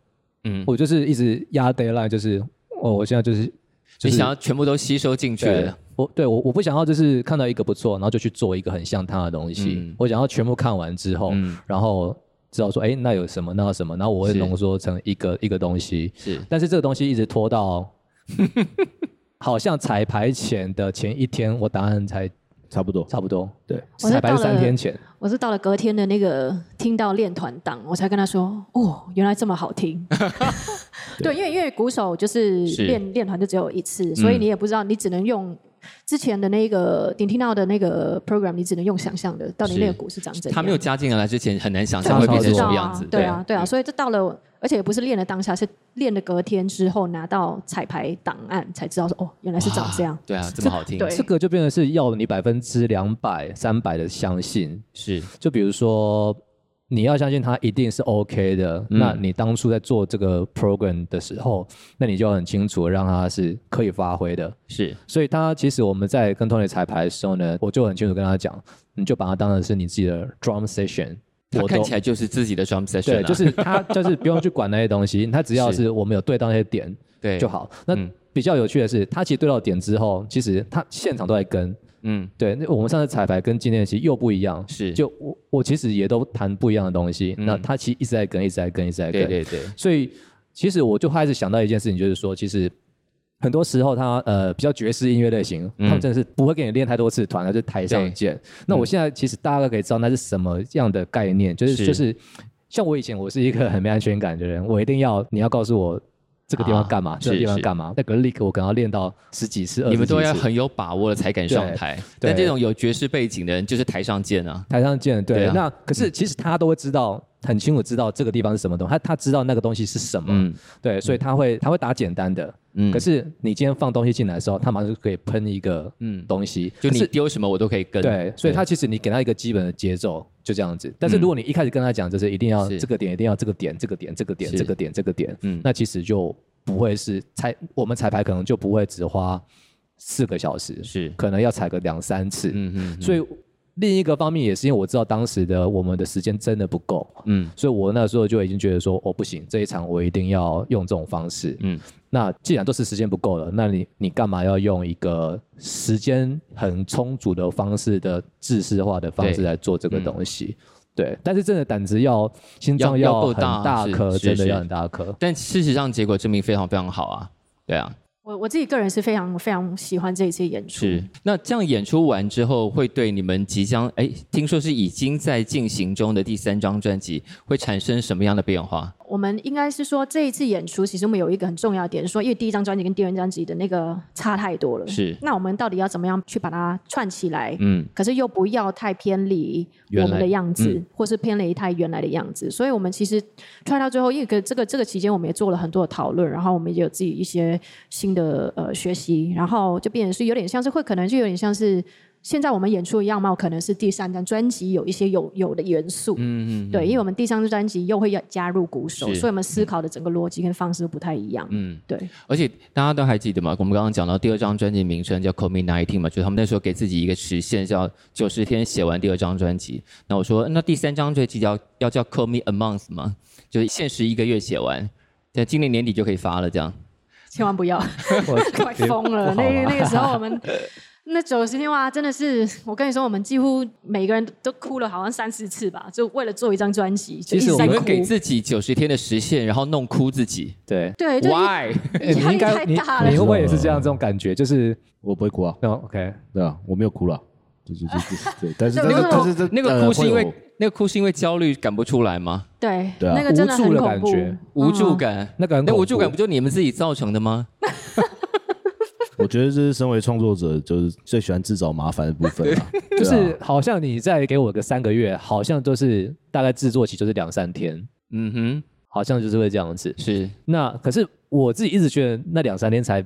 Speaker 1: 嗯
Speaker 2: 嗯，我就是一直压 deadline，就是哦，我现在就是，就
Speaker 1: 你
Speaker 2: 是
Speaker 1: 想要全部都吸收进去
Speaker 2: 对
Speaker 1: 了。
Speaker 2: 我对我我不想要就是看到一个不错，然后就去做一个很像它的东西。
Speaker 1: 嗯
Speaker 2: 我想要全部看完之后，
Speaker 1: 嗯
Speaker 2: 然后知道说，哎，那有什么，那有什么，然后我会
Speaker 1: 是
Speaker 2: 浓缩成一个一个东西。
Speaker 1: 是
Speaker 2: 但是这个东西一直 拖到，好像彩排前的前一天，我答案才
Speaker 4: 差不多。
Speaker 2: 差不多。
Speaker 4: 对，
Speaker 3: 我是
Speaker 2: 彩排
Speaker 3: 哦到
Speaker 2: 三
Speaker 3: 了
Speaker 2: 天前，
Speaker 3: 我是到了隔天的那个听到练团档，我才跟他说，哦，原来这么好 听。对，因为因为鼓手就是
Speaker 1: 是嗯
Speaker 3: 练练团就只有一次，所以你也不知道，你只能用之前的那个你听到的那个 program，你只能用想象的，到底那个鼓是长怎样。
Speaker 1: 他没有加进来之前，很难想象
Speaker 2: 差
Speaker 1: 会
Speaker 2: 不多
Speaker 1: 变成
Speaker 3: 知
Speaker 1: 什
Speaker 3: 道
Speaker 1: 么样子。
Speaker 3: 啊，对啊，对啊，所以这到了，而且也不是练的当下，是练的隔天之后拿到彩排档案才知道说，哦，原来是长这样
Speaker 1: 哇。对啊，这么好听，
Speaker 3: 对
Speaker 2: 这个就变成是要你百分之两百、三百的相信，
Speaker 1: 是
Speaker 2: 就比如说，你要相信它一定是 OK 的。
Speaker 1: 嗯
Speaker 2: 那你当初在做这个 program 的时候，那你就很清楚让它是可以发挥的。
Speaker 1: 是
Speaker 2: 所以他其实我们在跟 Tony 彩排的时候呢，我就很清楚跟他讲，你就把它当成是你自己的 drum session。
Speaker 1: 他
Speaker 2: 我
Speaker 1: 看
Speaker 2: 都
Speaker 1: 起来就是自己的 drum session，、啊、
Speaker 2: 对，就是他 就是不用去管那些东西，他只要
Speaker 1: 是
Speaker 2: 是我们有对到那些点
Speaker 1: 对
Speaker 2: 就。好。那
Speaker 1: 嗯
Speaker 2: 比较有趣的是，他其实对到点之后，其实他现场都在跟，
Speaker 1: 嗯，
Speaker 2: 对，那我们上次彩排跟今天的其实又不一样，
Speaker 1: 是
Speaker 2: 就我我其实也都谈不一样的东西，
Speaker 1: 嗯
Speaker 2: 那他其实一直在跟，一直在跟，一直在跟，
Speaker 1: 对对对，
Speaker 2: 所以其实我就开始想到一件事情，就是说，其实很多时候他呃比较爵士音乐类型，
Speaker 1: 嗯嗯
Speaker 2: 他们真的是不会给你练太多次团，他就台上见。那我现在其实大概可以知道那是什么样的概念，就是
Speaker 1: 是
Speaker 2: 就是像我以前我是一个很没安全感的人，我一定要你要告诉我。这个地方干嘛？
Speaker 1: 啊
Speaker 2: 这个地
Speaker 1: 是
Speaker 2: 方
Speaker 1: 是
Speaker 2: 干嘛？那个 lick 我可能要练到十几次、二十
Speaker 1: 你
Speaker 2: 几次。
Speaker 1: 们都要很有把握了才敢上台。
Speaker 2: 对
Speaker 1: 但这种有爵士背景的人，就是台上见啊。
Speaker 2: 台上见，对。
Speaker 1: 对啊
Speaker 2: 那可是其实他都会知道，很清楚知道这个地方是什么东西，他他知道那个东西是什么，
Speaker 1: 嗯
Speaker 2: 对，所以他会他会打简单的。
Speaker 1: 嗯
Speaker 2: 可是你今天放东西进来的时候，他马上就可以喷一个
Speaker 1: 嗯
Speaker 2: 嗯东西，
Speaker 1: 就
Speaker 2: 可
Speaker 1: 你
Speaker 2: 是
Speaker 1: 丢什么我都可以跟。
Speaker 2: 对，所以他其实你给他一个基本的节奏，就这样子。但是如果你一开始跟他讲，就是一定要
Speaker 1: 嗯是
Speaker 2: 这个点，一定要这个点，这个点，这个点，
Speaker 1: 是
Speaker 2: 这个点，这个点，
Speaker 1: 嗯
Speaker 2: 嗯，那其实就不会是彩，我们彩排可能就不会只花四个小时，
Speaker 1: 是
Speaker 2: 可能要踩个两三次，
Speaker 1: 嗯嗯
Speaker 2: 所以另一个方面也是因为我知道当时的我们的时间真的不够，
Speaker 1: 嗯
Speaker 2: 所以我那时候就已经觉得说，哦不行，这一场我一定要用这种方式。
Speaker 1: 嗯
Speaker 2: 那既然都是时间不够了，那你你干嘛要用一个时间很充足的方式的制式化的方式
Speaker 1: 对嗯
Speaker 2: 来做这个东西？对，但是真的胆子要心脏
Speaker 1: 要要够
Speaker 2: 很
Speaker 1: 大
Speaker 2: 大
Speaker 1: 是
Speaker 2: 颗，
Speaker 1: 是
Speaker 2: 真的
Speaker 1: 是
Speaker 2: 要很大颗。
Speaker 1: 但事实上结果证明非常非常好啊。对啊，
Speaker 3: 我我自己个人是非常非常喜欢这一次演
Speaker 2: 嗯
Speaker 3: 出，
Speaker 1: 是。那这样演出完之后，会对你们即将哎，听说是已经在进行中的第三张专辑，会产生什么样的变化？
Speaker 3: 我们应该是说这一次演出，其实我们有一个很重要的点，是说因为第一张专辑跟第二张专辑的那个差太多了，
Speaker 1: 是
Speaker 3: 那我们到底要怎么样去把它串起来？
Speaker 1: 嗯，
Speaker 3: 可是又不要太偏离
Speaker 1: 原
Speaker 3: 我
Speaker 1: 来
Speaker 3: 们的样子，
Speaker 1: 嗯
Speaker 3: 或是偏离太原来的样子。所以，我们其实 try 到最后，因为这个这个期间，我们也做了很多的讨论，然后我们也有自己一些新的呃学习，然后就变成是有点像是会，可能就有点像是现在我们演出的样貌，可能是第三张专辑有一些有有的元素，嗯嗯，对，因为我们第三张专辑又会要加入鼓手，
Speaker 1: 是
Speaker 3: 所以我们思考的整个逻辑跟方式都不太一样，嗯，对。
Speaker 1: 而且大家都还记得嘛，我们刚刚讲到第二张专辑名称叫《Covid Nineteen》嘛，就是他们那时候给自己一个时限，叫九十天写完第二张专辑。那我说，那第三张专辑要要叫《Call Me a Month》吗？就是限时一个月写完，在今年年底就可以发了，这样。
Speaker 3: 千万不要，
Speaker 2: 我
Speaker 3: 快疯
Speaker 2: 不
Speaker 3: 了！
Speaker 2: 好
Speaker 3: 那
Speaker 2: 吗
Speaker 3: 那个时候我们那九十天哇，真的是我跟你说，我们几乎每个人都哭了，好像三四次吧，就为了做一张专辑，
Speaker 2: 其
Speaker 3: 就一
Speaker 2: 实
Speaker 3: 直
Speaker 2: 我
Speaker 3: 在
Speaker 1: 你
Speaker 3: 哭
Speaker 1: 会。给自己九十天的时限，然后弄哭自己
Speaker 2: 对，
Speaker 3: 对，就 一
Speaker 1: ？Why？
Speaker 2: 哎你
Speaker 3: 压力
Speaker 2: 应
Speaker 3: 太
Speaker 2: 该你
Speaker 3: 大了
Speaker 2: 你会。不会也是这
Speaker 1: 嗯
Speaker 2: 样这种感觉？就是
Speaker 4: 我不会哭啊，
Speaker 2: 那 OK，
Speaker 4: 对啊，我没有哭了，对对对对，但是
Speaker 3: 那
Speaker 4: 但是
Speaker 3: 那
Speaker 4: 但是这
Speaker 1: 那
Speaker 4: 呃
Speaker 1: 个哭是
Speaker 4: 会
Speaker 1: 因
Speaker 4: 有
Speaker 1: 为那个哭是因为焦虑赶不出来吗？
Speaker 3: 对，
Speaker 4: 对啊
Speaker 3: 那个真的
Speaker 2: 无助
Speaker 3: 很
Speaker 2: 的
Speaker 3: 恐
Speaker 2: 感
Speaker 3: 怖
Speaker 2: 觉，
Speaker 1: 无助感，
Speaker 2: 那个很
Speaker 1: 那
Speaker 2: 恐
Speaker 1: 无助感
Speaker 2: 怖
Speaker 1: 哎不就你们自己造成的吗？
Speaker 4: 我觉得这是身为创作者就是最喜欢自找麻烦的部分啦，
Speaker 2: 就
Speaker 4: 对
Speaker 2: 是
Speaker 4: 啊
Speaker 2: 好像你再给我个三个月，好像都是大概制作期就是两三天，
Speaker 1: 嗯
Speaker 2: 好像就是会这样子
Speaker 1: 哼，。是
Speaker 2: 那可是我自己一直觉得那两三天才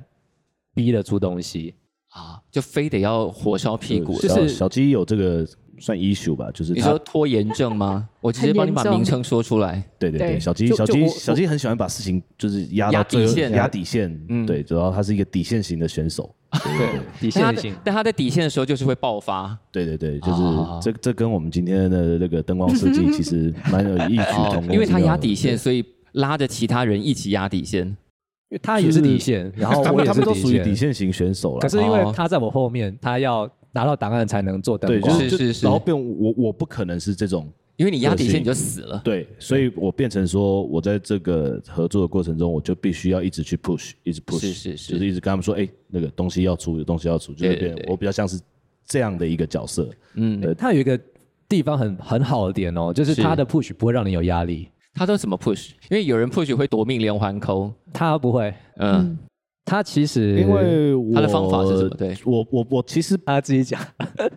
Speaker 2: 逼得出东西，
Speaker 1: 啊，就非得要火烧屁股了。
Speaker 2: 就
Speaker 4: 小
Speaker 2: 是
Speaker 4: 小鸡有这个算 issue 吧，就是
Speaker 1: 你
Speaker 4: 他
Speaker 1: 说拖延症吗？我直接帮你把
Speaker 3: 很严重
Speaker 1: 名称说出来。
Speaker 4: 对对对，
Speaker 3: 对
Speaker 4: 小鸡
Speaker 2: 就
Speaker 4: 小
Speaker 2: 就
Speaker 4: 鸡
Speaker 2: 我
Speaker 4: 小鸡很喜欢把事情就是压到
Speaker 1: 压底
Speaker 4: 最后
Speaker 1: 线
Speaker 4: 压底线，
Speaker 1: 嗯
Speaker 4: 对，主要他是一个底线型的选手，
Speaker 2: 对，底
Speaker 1: 但他
Speaker 2: 线
Speaker 1: 在
Speaker 2: 性。
Speaker 1: 但他在底线的时候就是会爆发。
Speaker 4: 对对对，就是
Speaker 1: 啊
Speaker 4: 这这跟我们今天的那个灯光设计 其实蛮有异曲同
Speaker 1: 哦
Speaker 4: 工之妙，的，
Speaker 1: 因为他压底线，所以拉着其他人一起压底线。
Speaker 2: 因为他也是底线，然后
Speaker 4: 他
Speaker 2: 我
Speaker 4: 们
Speaker 2: 也
Speaker 4: 他
Speaker 2: 是
Speaker 4: 们都属于
Speaker 2: 底
Speaker 4: 底。线型选手了
Speaker 2: 可。是因为
Speaker 1: 哦
Speaker 2: 他在我后面，他要拿到档案才能做灯
Speaker 4: 对，就
Speaker 2: 光。
Speaker 4: 是
Speaker 1: 是
Speaker 4: 就是
Speaker 1: 是
Speaker 4: 然后变我我不可能是这种
Speaker 1: 因为你压底
Speaker 4: 就是
Speaker 1: 线你就死了。
Speaker 4: 对，所以我变成说，我在这个合作的过程中，我就必须要一直去 push，一直 push，
Speaker 1: 是是是
Speaker 4: 就是一直跟他们说，哎、那个东西要出，有东西要出，就是
Speaker 1: 对对
Speaker 4: 变
Speaker 1: 对
Speaker 4: 我比较像是这样的一个角色，
Speaker 1: 嗯，
Speaker 2: 他有一个地方很很好的点哦，就是
Speaker 1: 是
Speaker 2: 他的 push 不会让你有压力，
Speaker 1: 他都怎么 push？因为有人 push 会夺命连环扣。
Speaker 2: 他不会，
Speaker 1: 嗯，
Speaker 2: 他其实
Speaker 4: 因为我
Speaker 1: 他的方法是什么对
Speaker 4: 我我我其实
Speaker 2: 他自己讲，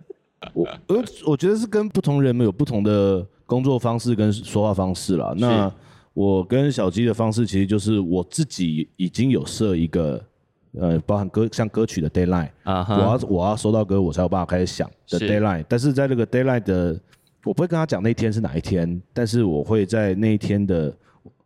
Speaker 4: 我呃，我觉得是跟不同人有不同的工作方式跟说话方式啦。那我跟小鸡的方式其实就是我自己已经有设一个呃，包含歌像歌曲的 deadline，、
Speaker 1: 啊
Speaker 4: 我
Speaker 1: 哈，
Speaker 4: 要我要收到歌，我才有办法开始想的
Speaker 1: 是
Speaker 4: deadline。但是在这个 deadline 的，我不会跟他讲那天是哪一天，但是我会在那一天的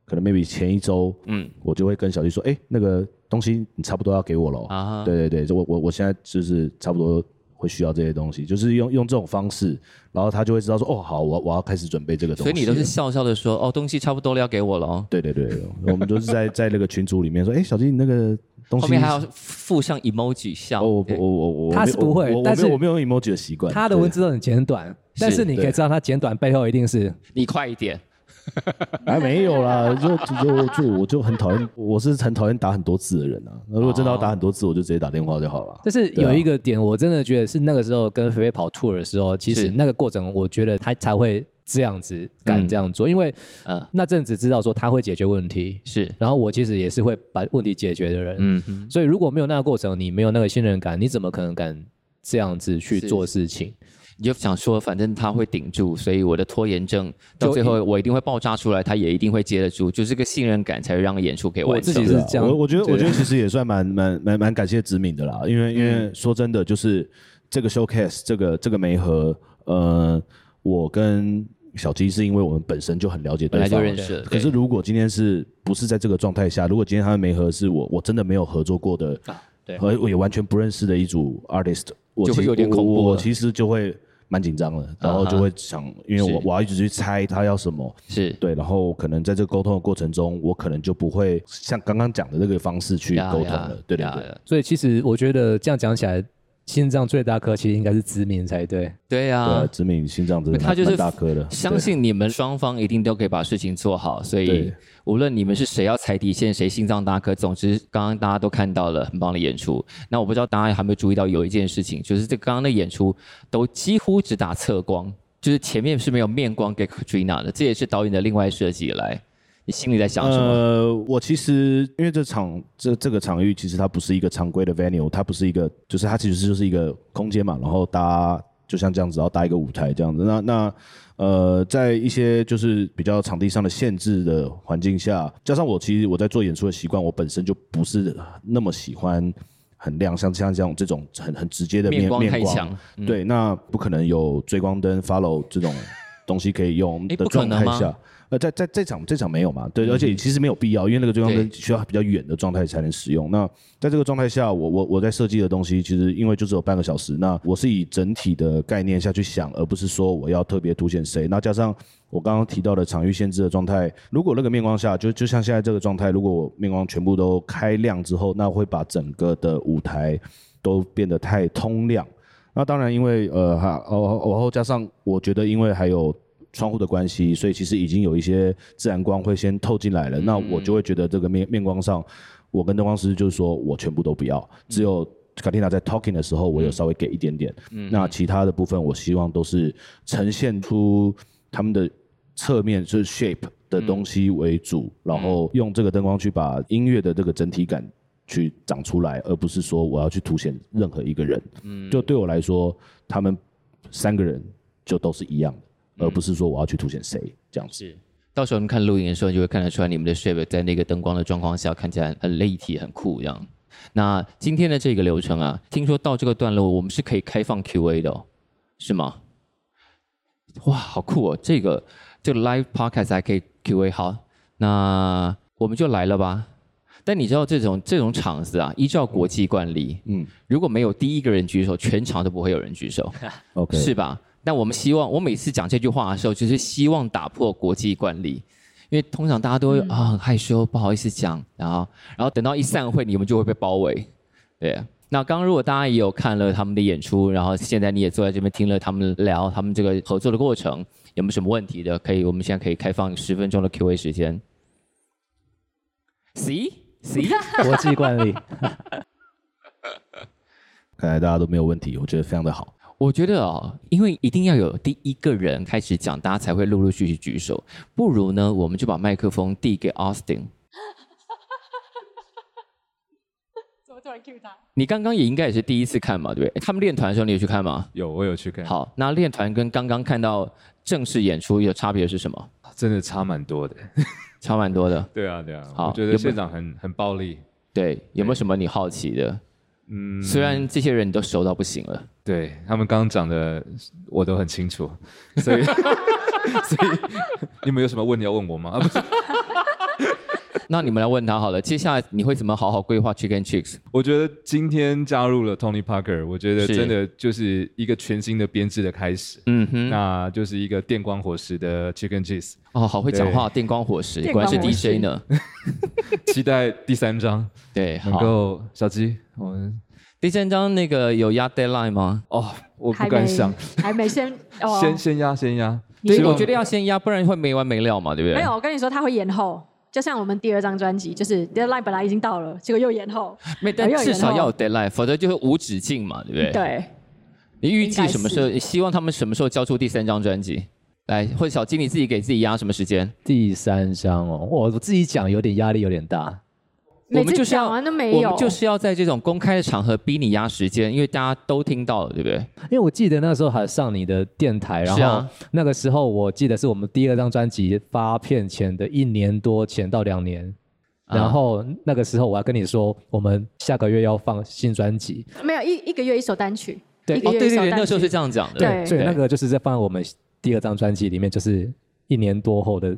Speaker 4: 可能 maybe 前一周，
Speaker 1: 嗯
Speaker 4: 我就会跟小鸡说，哎、那个东西你差不多要给我了。哦
Speaker 1: 啊哈，
Speaker 4: 对对对，就我我我现在就是差不多会需要这些东西，就是用用这种方式，然后他就会知道说，哦，好，我我要开始准备这个东
Speaker 1: 所
Speaker 4: 西
Speaker 1: 以
Speaker 4: 了。
Speaker 1: 你都是笑笑的说，哦，东西差不多了，要给我了哦。
Speaker 4: 对对对，我们都是 在在那个群组里面说，哎、小金你那个东西
Speaker 1: 后面还要附上 emoji 笑。
Speaker 4: 哦，我
Speaker 1: 对
Speaker 4: 我我我
Speaker 2: 他
Speaker 4: 没
Speaker 2: 是不会
Speaker 4: 我我
Speaker 2: 但是
Speaker 4: 我没有我没有 emoji 的习惯，
Speaker 2: 他的
Speaker 4: 对
Speaker 2: 文字都很简短，但是你可以
Speaker 4: 对
Speaker 2: 知道他简短背后一定是
Speaker 1: 你快一点。
Speaker 4: 哎没有啦，就就就我就很讨厌，我是很讨厌打很多字的人啊。那如果真的要打很多字，我就直接打电话就好了。
Speaker 2: 但是
Speaker 4: 对啊
Speaker 2: 有一个点，我真的觉得是那个时候跟菲菲跑 tour 的时候，其
Speaker 1: 是
Speaker 2: 实那个过程，我觉得他才会这样子敢
Speaker 1: 嗯
Speaker 2: 这样做，因为
Speaker 1: 嗯，
Speaker 2: 那阵子知道说他会解决问题，
Speaker 1: 是，
Speaker 2: 然后我其实也是会把问题解决的人，
Speaker 1: 嗯哼，
Speaker 2: 所以如果没有那个过程，你没有那个信任感，你怎么可能敢这样子去
Speaker 1: 是
Speaker 2: 做事情？
Speaker 1: 你就想说，反正他会顶住，所以我的拖延症到
Speaker 2: 就
Speaker 1: 最后我一定会爆炸出来，他也一定会接得住，就是这个信任感才会让演出给完
Speaker 2: 我自
Speaker 1: 成
Speaker 2: 己。是这样，
Speaker 4: 啊我我觉得
Speaker 2: 对
Speaker 4: 我觉得其实也算蛮蛮蛮蛮感谢子敏的啦，因为因为说真的，就是这个 showcase 这个这个媒合，呃，我跟小鸡是因为我们本身就很了解对
Speaker 1: 本来
Speaker 4: 方，
Speaker 1: 就认识了，
Speaker 4: 可是如果今天是不是在这个状态下，如果今天他们没合，是我我真的没有合作过的，
Speaker 2: 对
Speaker 4: 和我也完全不认识的一组 artist，我
Speaker 1: 啊就会
Speaker 4: 其实
Speaker 1: 有点恐怖
Speaker 4: 我我我
Speaker 1: 了啊
Speaker 4: 其实就会蛮紧张的，然后就会想，因为我
Speaker 1: 是
Speaker 4: 我要一直去猜他要什么，
Speaker 1: 是
Speaker 4: 对，然后可能在这个沟通的过程中，我可能就不会像刚刚讲的那个方式去
Speaker 1: 呀
Speaker 4: 沟通
Speaker 1: 呀
Speaker 4: 了，对对
Speaker 1: 呀
Speaker 4: 对。
Speaker 1: 呀
Speaker 2: 所以其实我觉得这样讲起来，心脏最大颗其实应该是知名 才对。
Speaker 1: 对
Speaker 4: 对，
Speaker 1: 啊，
Speaker 4: 子敏心脏真的
Speaker 1: 他就是
Speaker 4: 蛮大颗的，
Speaker 1: 相信你们双方一定都可以把事情做好，所以
Speaker 4: 对
Speaker 1: 无论你们是谁要踩底线，谁心脏大颗，总之刚刚大家都看到了很棒的演出。那我不知道大家有没有注意到有一件事情，就是这刚刚的演出都几乎只打侧光，就是前面是没有面光给 Katrina 的，这也是导演的另外设计来。你心里在想什么？
Speaker 4: 呃，我其实因为这场这这个场域其实它不是一个常规的 venue，它不是一个，就是它其实就是一个空间嘛，然后搭就像这样子，然后搭一个舞台这样子。那那呃，在一些就是比较场地上的限制的环境下，加上我其实我在做演出的习惯，我本身就不是那么喜欢很亮，像像这样这种很很直接的面
Speaker 1: 面光太
Speaker 4: 面
Speaker 1: 强，嗯
Speaker 4: 对，那不可能有追光灯、follow 这种东西可以用
Speaker 1: 诶
Speaker 4: 的
Speaker 1: 不可
Speaker 4: 状
Speaker 1: 能
Speaker 4: 态
Speaker 1: 吗
Speaker 4: 下，呃，在在这场这场没有嘛？对，而且其实没有必要，因为那个追光灯需要比较远的状态才能使用。那在这个状态下，我我我在设计的东西，其实因为就只有半个小时，那我是以整体的概念下去想，而不是说我要特别凸显谁。那加上我刚刚提到的场域限制的状态，如果那个面光下，就就像现在这个状态，如果我面光全部都开亮之后，那会把整个的舞台都变得太通亮。那当然，因为呃，还哦，然后加上我觉得，因为还有窗户的关系，所以其实已经有一些自然光会先透进来了。那我就会觉得这个面面光上，我跟灯光师就是说我全部都不要，只有卡蒂娜在 talking 的时候，我有稍微给一点点。那其他的部分，我希望都是呈现出他们的侧面就是 shape 的东西为主，然后用这个灯光去把音乐的这个整体感去长出来，而不是说我要去凸显任何一个人。就对我来说，他们三个人就都是一样的，而不是说我要去凸显谁这样子。
Speaker 1: 到时候你们看录影的时候，你就会看得出来你们的 shape 在那个灯光的状况下看起来很立体、很酷这样。那今天的这个流程啊，听说到这个段落我们是可以开放 Q&A 的、哦，是吗？哇，好酷哦！这个这个 live podcast 还可以 Q&A，好，那我们就来了吧。但你知道这种这种场子啊，依照国际惯例，嗯，如果没有第一个人举手，全场都不会有人举手。
Speaker 4: OK，
Speaker 1: 是吧？那我们希望，我每次讲这句话的时候，就是希望打破国际惯例，因为通常大家都会啊很害羞，不好意思讲，然后然后等到一散会，你们就会被包围。对，那刚刚如果大家也有看了他们的演出，然后现在你也坐在这边听了他们聊他们这个合作的过程，有没有什么问题的？可以，我们现在可以开放十分钟的 Q&A 时间。See see，
Speaker 2: 国际惯例，
Speaker 4: 看来大家都没有问题，我觉得非常的好。
Speaker 1: 我觉得哦，因为一定要有第一个人开始讲，大家才会陆陆续续举手。不如呢，我们就把麦克风递给 Austin。
Speaker 5: 怎么突然 Q 他？
Speaker 1: 你刚刚也应该也是第一次看嘛，对不对？他们练团的时候你有去看吗？
Speaker 6: 有我有去看，
Speaker 1: 好，那练团跟刚刚看到正式演出有差别是什么？
Speaker 6: 真的差蛮 多的。
Speaker 1: 差蛮多的。
Speaker 6: 对啊，对啊，
Speaker 1: 好
Speaker 6: 我觉
Speaker 1: 有没有
Speaker 6: 得现场很很暴力。
Speaker 1: 对，有没有什么你好奇的？
Speaker 6: 嗯，
Speaker 1: 虽然这些人你都熟到不行了，
Speaker 6: 对他们刚刚讲的我都很清楚， 所以所以你们有什么问题要问我吗？啊，不是，
Speaker 1: 那你们来问他好了。接下来你会怎么好好规划 Chicken Chicks？
Speaker 6: 我觉得今天加入了 Tony Parker，我觉得
Speaker 1: 是
Speaker 6: 真的就是一个全新的编制的开始。
Speaker 1: 嗯哼，
Speaker 6: 那就是一个电光火石的 Chicken Cheese，
Speaker 1: 哦，好会讲话，电光火石，
Speaker 5: 电
Speaker 1: 果
Speaker 5: 光
Speaker 1: 然
Speaker 5: 火
Speaker 1: 是
Speaker 5: 石
Speaker 1: DJ 呢。
Speaker 6: 期待第三章
Speaker 1: 对，
Speaker 6: 能
Speaker 1: 好。
Speaker 6: 够小鸡，我们
Speaker 1: 第三章那个有压 deadline 吗？
Speaker 6: 哦，我
Speaker 3: 还
Speaker 6: 不敢
Speaker 3: 没
Speaker 6: 想，
Speaker 3: 还没先哦，
Speaker 6: 先先压先压，
Speaker 1: 所
Speaker 6: 希
Speaker 1: 以
Speaker 6: 望
Speaker 1: 我觉得要先压，不然会没完没了嘛，对不对？
Speaker 3: 没有，，我跟你说他会延后，就像我们第二张专辑，就是 deadline 本来已经到了，结果又延后。
Speaker 1: 没，但
Speaker 3: 没有
Speaker 1: 至
Speaker 3: 人
Speaker 1: 少
Speaker 3: 哦
Speaker 1: 要有 deadline，否则就是无止境嘛，对不对？。
Speaker 3: 对，
Speaker 1: 你预计什么时候？希望他们什么时候交出第三张专辑？来，或者小金你自己给自己压什么时间？
Speaker 2: 第三章哦，我我自己讲有点压力，有点大。
Speaker 1: 我
Speaker 3: 每
Speaker 1: 们
Speaker 3: 次
Speaker 1: 就是要
Speaker 3: 讲完都没
Speaker 1: 我
Speaker 3: 有，
Speaker 1: 们就是要在这种公开的场合逼你压时间，因为大家都听到了，对不对？
Speaker 2: 因为我记得那时候还上你的电台，然
Speaker 1: 是
Speaker 2: 后
Speaker 1: 啊
Speaker 2: 那个时候我记得是我们第二张专辑发片前的一年多前到两年，
Speaker 1: 啊
Speaker 2: 然后那个时候我还跟你说，我们下个月要放新专辑，
Speaker 3: 没有一一个月一首单曲，
Speaker 2: 对
Speaker 3: 一个
Speaker 1: 哦，
Speaker 3: 月
Speaker 1: 对
Speaker 3: 一
Speaker 1: 对
Speaker 3: 首
Speaker 1: 对，
Speaker 3: 单曲
Speaker 1: 那时候是这样讲的。
Speaker 3: 对
Speaker 2: 所以那个就是在放我们第二张专辑里面，就是一年多后 的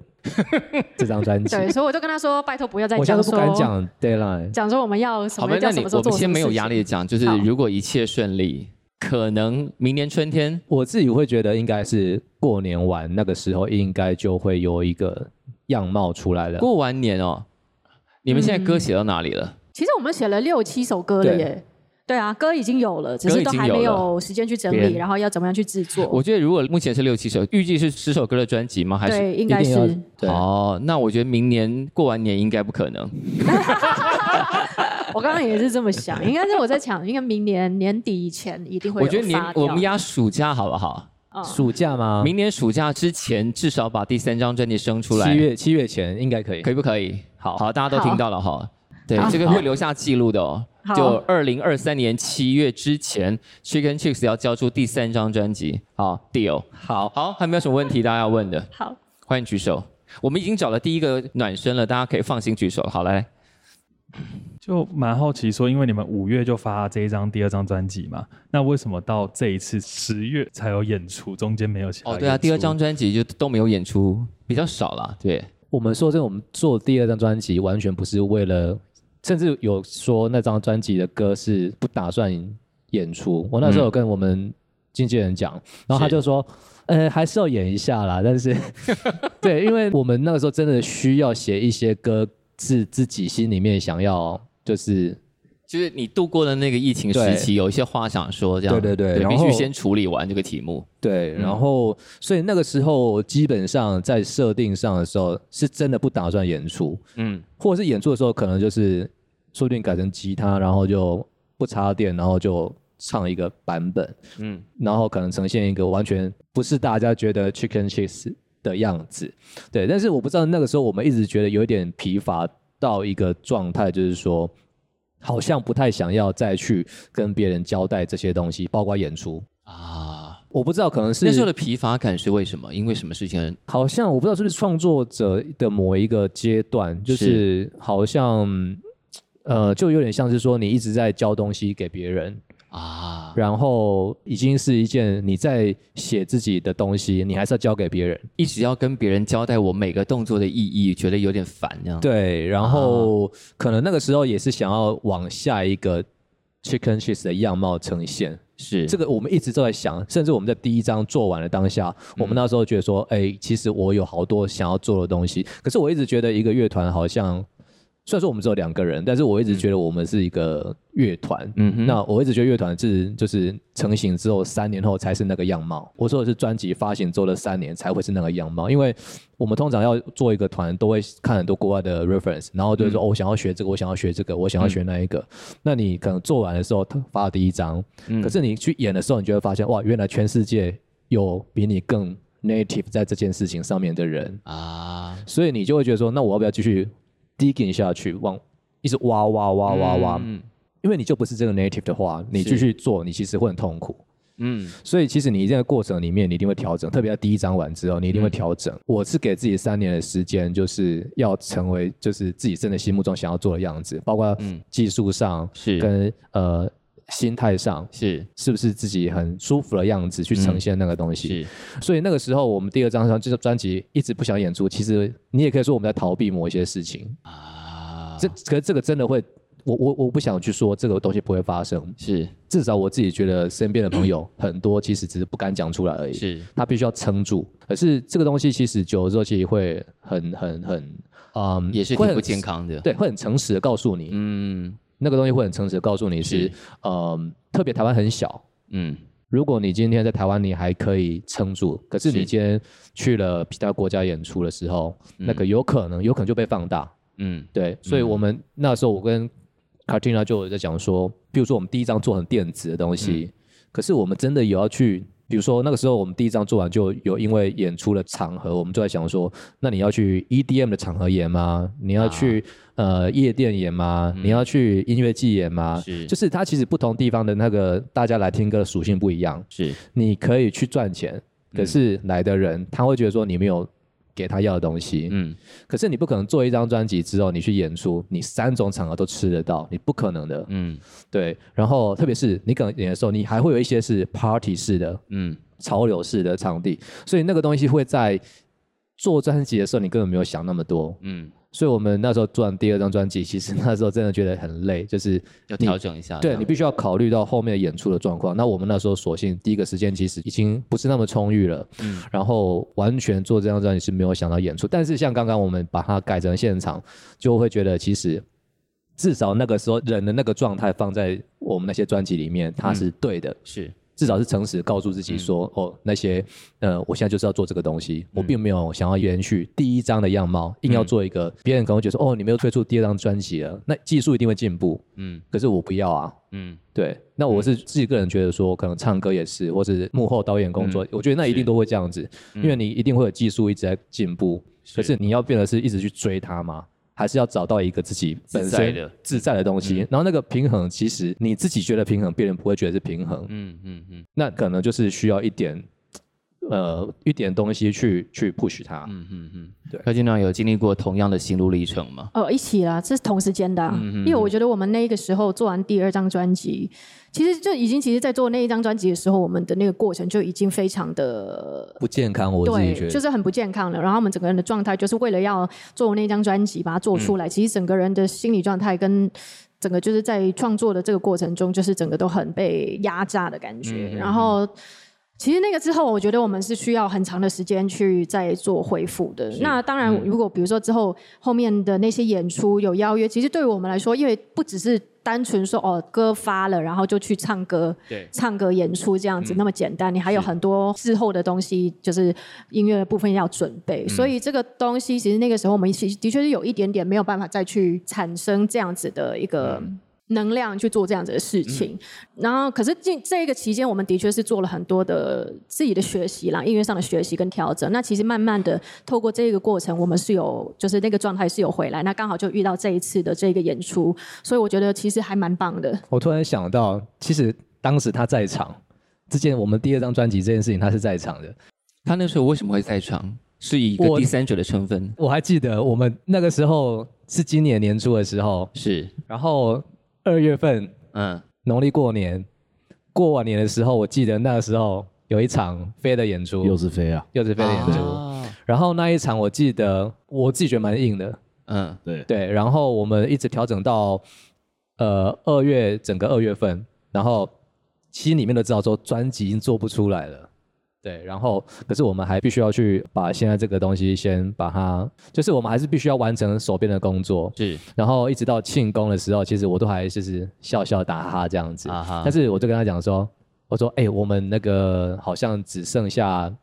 Speaker 2: 这张专辑。
Speaker 3: 对，所以我就跟他说，拜托不要再
Speaker 2: 我现在都
Speaker 3: 讲
Speaker 2: 不敢
Speaker 3: 说，
Speaker 2: 讲 deadline，
Speaker 3: 讲说我们要什
Speaker 1: 好
Speaker 3: 么
Speaker 1: 吧，
Speaker 3: 叫
Speaker 1: 那
Speaker 3: 什
Speaker 1: 你
Speaker 3: 么时候
Speaker 1: 我
Speaker 3: 做
Speaker 1: 们
Speaker 3: 什
Speaker 1: 先
Speaker 3: 么
Speaker 1: 没有
Speaker 3: 事
Speaker 1: 压
Speaker 3: 情
Speaker 1: 力地讲，就是
Speaker 3: 好
Speaker 1: 如果一切顺利，可能明年春天
Speaker 2: 我自己会觉得应该是过年完那个时候应该就会有一个样貌出来了。
Speaker 1: 过完年哦，你们现在歌写到哪里了？
Speaker 3: 其实我们写了六七首歌了
Speaker 2: 对
Speaker 3: 耶。对啊，歌已经有了，只
Speaker 1: 歌
Speaker 3: 是
Speaker 1: 已
Speaker 3: 都
Speaker 1: 经
Speaker 3: 还
Speaker 1: 有
Speaker 3: 没
Speaker 1: 了
Speaker 3: 有时间去整
Speaker 1: 别人
Speaker 3: 理，然后要怎么样去制作
Speaker 1: 我。觉得如果目前是六七首，预计是十首歌的专辑吗？还是？
Speaker 3: 对，应该
Speaker 2: 一定要
Speaker 3: 是
Speaker 2: 对，
Speaker 1: 哦，那我觉得明年过完年应该不可能。
Speaker 3: 我刚刚也是这 么想，应该是我在想，应该明年年底以前一定会有
Speaker 1: 我觉得年
Speaker 3: 发掉
Speaker 1: 我们压暑假好不好？
Speaker 3: 嗯
Speaker 2: 暑假吗？
Speaker 1: 明年暑假之前至少把第三张专辑生出来，
Speaker 2: 七月七月前应该可以。
Speaker 1: 可以不可以？
Speaker 2: 好
Speaker 1: 好，大家都
Speaker 3: 好
Speaker 1: 听到了哈。对
Speaker 3: 好，
Speaker 1: 这个会留下记录的哦。
Speaker 3: 好
Speaker 1: 就二零二三年七月之前，Chicken Chicks 要交出第三张专辑。好，deal。
Speaker 2: 好，
Speaker 1: 好，还没有什么问题大家要问的，
Speaker 3: 好，
Speaker 1: 欢迎举手。我们已经找了第一个暖身了，大家可以放心举手。好，来，
Speaker 7: 就蛮好奇说，因为你们五月就发这一张、第二张专辑嘛，那为什么到这一次十月才有演出，中间没有其
Speaker 1: 哦，
Speaker 7: 他演出？
Speaker 1: 对啊，第二张专辑就都没有演出，比较少啦。对，
Speaker 2: 我们说真的，我们做第二张专辑完全不是为了，甚至有说那张专辑的歌是不打算演出。我那时候有跟我们经纪人讲，然后他就说，呃，还是要演一下啦，但是对，因为我们那个时候真的需要写一些歌，是自己心里面想要，就是
Speaker 1: 就是你度过了那个疫情时期，有一些话想说，这样
Speaker 2: 对对对然
Speaker 1: 必
Speaker 2: 后
Speaker 1: 须先处理完这个题目。
Speaker 2: 对，然后、所以那个时候基本上在设定上的时候，是真的不打算演出，
Speaker 1: 嗯，
Speaker 2: 或者是演出的时候可能就是说不定改成吉他，然后就不插电，然后就唱一个版本，
Speaker 1: 嗯
Speaker 2: 嗯，然后可能呈现一个完全不是大家觉得 Chicken Chicks 的样子，对。但是我不知道那个时候我们一直觉得有一点疲乏到一个状态，就是说。好像不太想要再去跟别人交代这些东西，包括演出。
Speaker 1: 啊，
Speaker 2: 我不知道，可能是
Speaker 1: 那时候的疲乏感是为什么？因为什么事情？
Speaker 2: 好像我不知道是不是创作者的某一个阶段，就是好像呃，就有点像是说你一直在教东西给别人，
Speaker 1: 啊，
Speaker 2: 然后已经是一件你在写自己的东西，你还是要教给别人。
Speaker 1: 一直要跟别人交代我每个动作的意义，觉得有点啊烦，这样。
Speaker 2: 对，然后可能那个时候也是想要往下一个 Chicken Cheese 的样貌呈现。
Speaker 1: 是
Speaker 2: 这个我们一直都在想，甚至我们在第一章做完了当下，我们那时候觉得说，哎、其实我有好多想要做的东西，可是我一直觉得一个乐团好像，虽然说我们只有两个人，但是我一直觉得我们是一个乐团。
Speaker 1: 嗯哼
Speaker 2: 那我一直觉得乐团是就是成型之后三年后才是那个样貌。我说的是专辑发行之后的三年才会是那个样貌，因为我们通常要做一个团，都会看很多国外的 reference，然后就会说、哦，我想要学这个，我想要学这个，我想要学那一个。那你可能做完的时候，他发了第一张，可是你去演的时候，你就会发现，哇，原来全世界有比你更 native 在这件事情上面的人，
Speaker 1: 啊，
Speaker 2: 所以你就会觉得说，那我要不要继续 digging 下去，往一直挖挖挖挖挖？
Speaker 1: 嗯
Speaker 2: 因为你就不是这个 native 的话，你
Speaker 1: 是
Speaker 2: 继续做，你其实会很痛苦。
Speaker 1: 嗯
Speaker 2: 所以其实你这个过程里面，你一定会调整，特别在第一章完之后，你一定
Speaker 1: 嗯
Speaker 2: 会调整。我是给自己三年的时间，就是要成为就是自己真的心目中想要做的样子，包括
Speaker 1: 嗯
Speaker 2: 技术上
Speaker 1: 是
Speaker 2: 跟呃心态上。
Speaker 1: 是嗯
Speaker 2: 是不是自己很舒服的样子去呈现那个东西？
Speaker 1: 是
Speaker 2: 所以那个时候，我们第二张专这张专辑一直不想演出，其实你也可以说我们在逃避某一些事情。
Speaker 1: 啊，
Speaker 2: 这可是这个真的会，我我我不想去说这个东西不会发生，
Speaker 1: 是
Speaker 2: 至少我自己觉得身边的朋友很多，其实只是不敢讲出来而已。
Speaker 1: 是
Speaker 2: 他必须要撑住。可是这个东西其实久了之后，其实会很很很，嗯，
Speaker 1: 也是
Speaker 2: 会
Speaker 1: 挺
Speaker 2: 很
Speaker 1: 不健，康的。
Speaker 2: 对，会很诚实的告诉你，
Speaker 1: 嗯
Speaker 2: 那个东西会很诚实的告诉你是
Speaker 1: 是，
Speaker 2: 嗯，特别台湾很小。
Speaker 1: 嗯
Speaker 2: 如果你今天在台湾，你还可以撑住，可是
Speaker 1: 是
Speaker 2: 你今天去了其他国家演出的时候，那个有可能，有可能就被放大。
Speaker 1: 嗯
Speaker 2: 对，所以我们那时候我跟 Cartina 就有在讲说，比如说我们第一张做很电子的东
Speaker 1: 嗯
Speaker 2: 西，可是我们真的有要去，比如说那个时候我们第一张做完就有因为演出的场合，我们就在想说，那你要去 EDM 的场合演吗？你要去、
Speaker 1: 啊
Speaker 2: 呃夜店演吗？你要去音乐季演吗？
Speaker 1: 嗯是
Speaker 2: 就是它其实不同地方的那个大家来听歌的属性不一样，
Speaker 1: 是
Speaker 2: 你可以去赚钱，
Speaker 1: 嗯
Speaker 2: 可是来的人、他会觉得说你没有给他要的东西，
Speaker 1: 嗯
Speaker 2: 可是你不可能做一张专辑之后，你去演出，你三种场合都吃得到，你不可能的。
Speaker 1: 嗯
Speaker 2: 对，然后特别是你可能演的时候，你还会有一些是 party 式的、
Speaker 1: 嗯
Speaker 2: 潮流式的场地，所以那个东西会在做专辑的时候，你根本没有想那么多。
Speaker 1: 嗯，
Speaker 2: 所以我们那时候做完第二张专辑，其实那时候真的觉得很累，就是
Speaker 1: 要
Speaker 2: 你
Speaker 1: 调整一下。
Speaker 2: 对你必须要考虑到后面的演出的状况。那我们那时候索性第一个时间其实已经不是那么充裕了，然后完全做这张专辑是没有想到演出。但是像刚刚我们把它改成现场，就会觉得其实至少那个时候人的那个状态放在我们那些专辑里面，它是对的。
Speaker 1: 是
Speaker 2: 至少是诚实告诉自己说，哦，那些，呃，我现在就是要做这个东西，我并没有想要延续第一张的样貌，硬要做一个，别人可能会觉得说，哦，你没有推出第二张专辑了，那技术一定会进步，
Speaker 1: 嗯
Speaker 2: 可是我不要啊，
Speaker 1: 嗯
Speaker 2: 对，那我是自己个人觉得说，可能唱歌也是，或是幕后导演工
Speaker 1: 嗯
Speaker 2: 作，我觉得那一定都会这样子，因为你一定会有技术一直在进步，可
Speaker 1: 嗯
Speaker 2: 是你要变得是一直去追它吗？还是要找到一个自己本
Speaker 1: 自在
Speaker 2: 身
Speaker 1: 的嗯
Speaker 2: 自在的东西，然后那个平衡，其实你自己觉得平衡，别人不会觉得是平衡，
Speaker 1: 嗯嗯嗯
Speaker 2: 那可能就是需要一点，呃，一点东西去去 push 它。
Speaker 1: 嗯嗯嗯，
Speaker 2: 对
Speaker 1: 柯金亮有经历过同样的心路历程吗？
Speaker 3: 呃，一起啦，这是同时间的啊、
Speaker 1: 嗯
Speaker 3: 因为我觉得我们那个时候做完第二张专辑，其实就已经，其实在做那一张专辑的时候，我们的那个过程就已经非常的
Speaker 2: 不健康，我自己觉
Speaker 3: 对，
Speaker 2: 得，
Speaker 3: 就是很不健康了。然后我们整个人的状态，就是为了要做那张专辑，把它
Speaker 2: 嗯
Speaker 3: 做出来。其实整个人的心理状态跟整个就是在创作的这个过程中，就是整个都很被压榨的感
Speaker 2: 嗯
Speaker 3: 觉。然后。其实那个之后，我觉得我们是需要很长的时间去再做恢复的。那当
Speaker 2: 嗯
Speaker 3: 然，如果比如说之后后面的那些演出有邀约，其实对于我们来说，因为不只是单纯说哦歌发了，然后就去唱歌，
Speaker 1: 对
Speaker 3: 唱歌演出这样
Speaker 2: 嗯
Speaker 3: 子、那么简单，你还有很多滞后的东西，就是音乐的部分要准备。所以这个东西其实那个时候我们其实的确是有一点点没有办法再去产生这样子的一个。能量去做这样子的事情，然后可是这这个期间，我们的确是做了很多的自己的学习啦，音乐上的学习跟调整。那其实慢慢的透过这个过程，我们是有就是那个状态是有回来。那刚好就遇到这一次的这个演出，所以我觉得其实还蛮棒的。
Speaker 2: 我突然想到，其实当时他在场，之前我们第二张专辑这件事情，他是在场的。
Speaker 1: 他那时候为什么会在场？是以一个
Speaker 2: 我
Speaker 1: 第三者的身份，
Speaker 2: 我还记得我们那个时候是今年年初的时候，
Speaker 1: 是
Speaker 2: 然后二月份
Speaker 1: 嗯
Speaker 2: 农历过年，过完年的时候，我记得那个时候有一场飞的演出，
Speaker 4: 又是飞啊，
Speaker 2: 柚子飞的演出，
Speaker 1: 啊
Speaker 2: 然后那一场我记得我自己觉得蛮硬的，
Speaker 1: 嗯
Speaker 4: 对，
Speaker 2: 对，然后我们一直调整到呃二月整个二月份，然后心里面都知道说专辑已经做不出来了。对，然后可是我们还必须要去把现在这个东西先把它，就是我们还是必须要完成手边的工作，
Speaker 1: 是
Speaker 2: 然后一直到庆功的时候，其实我都还就是笑笑打哈哈这样子。
Speaker 1: 啊哈
Speaker 2: 但是我就跟他讲说，我说哎、我们那个好像只剩下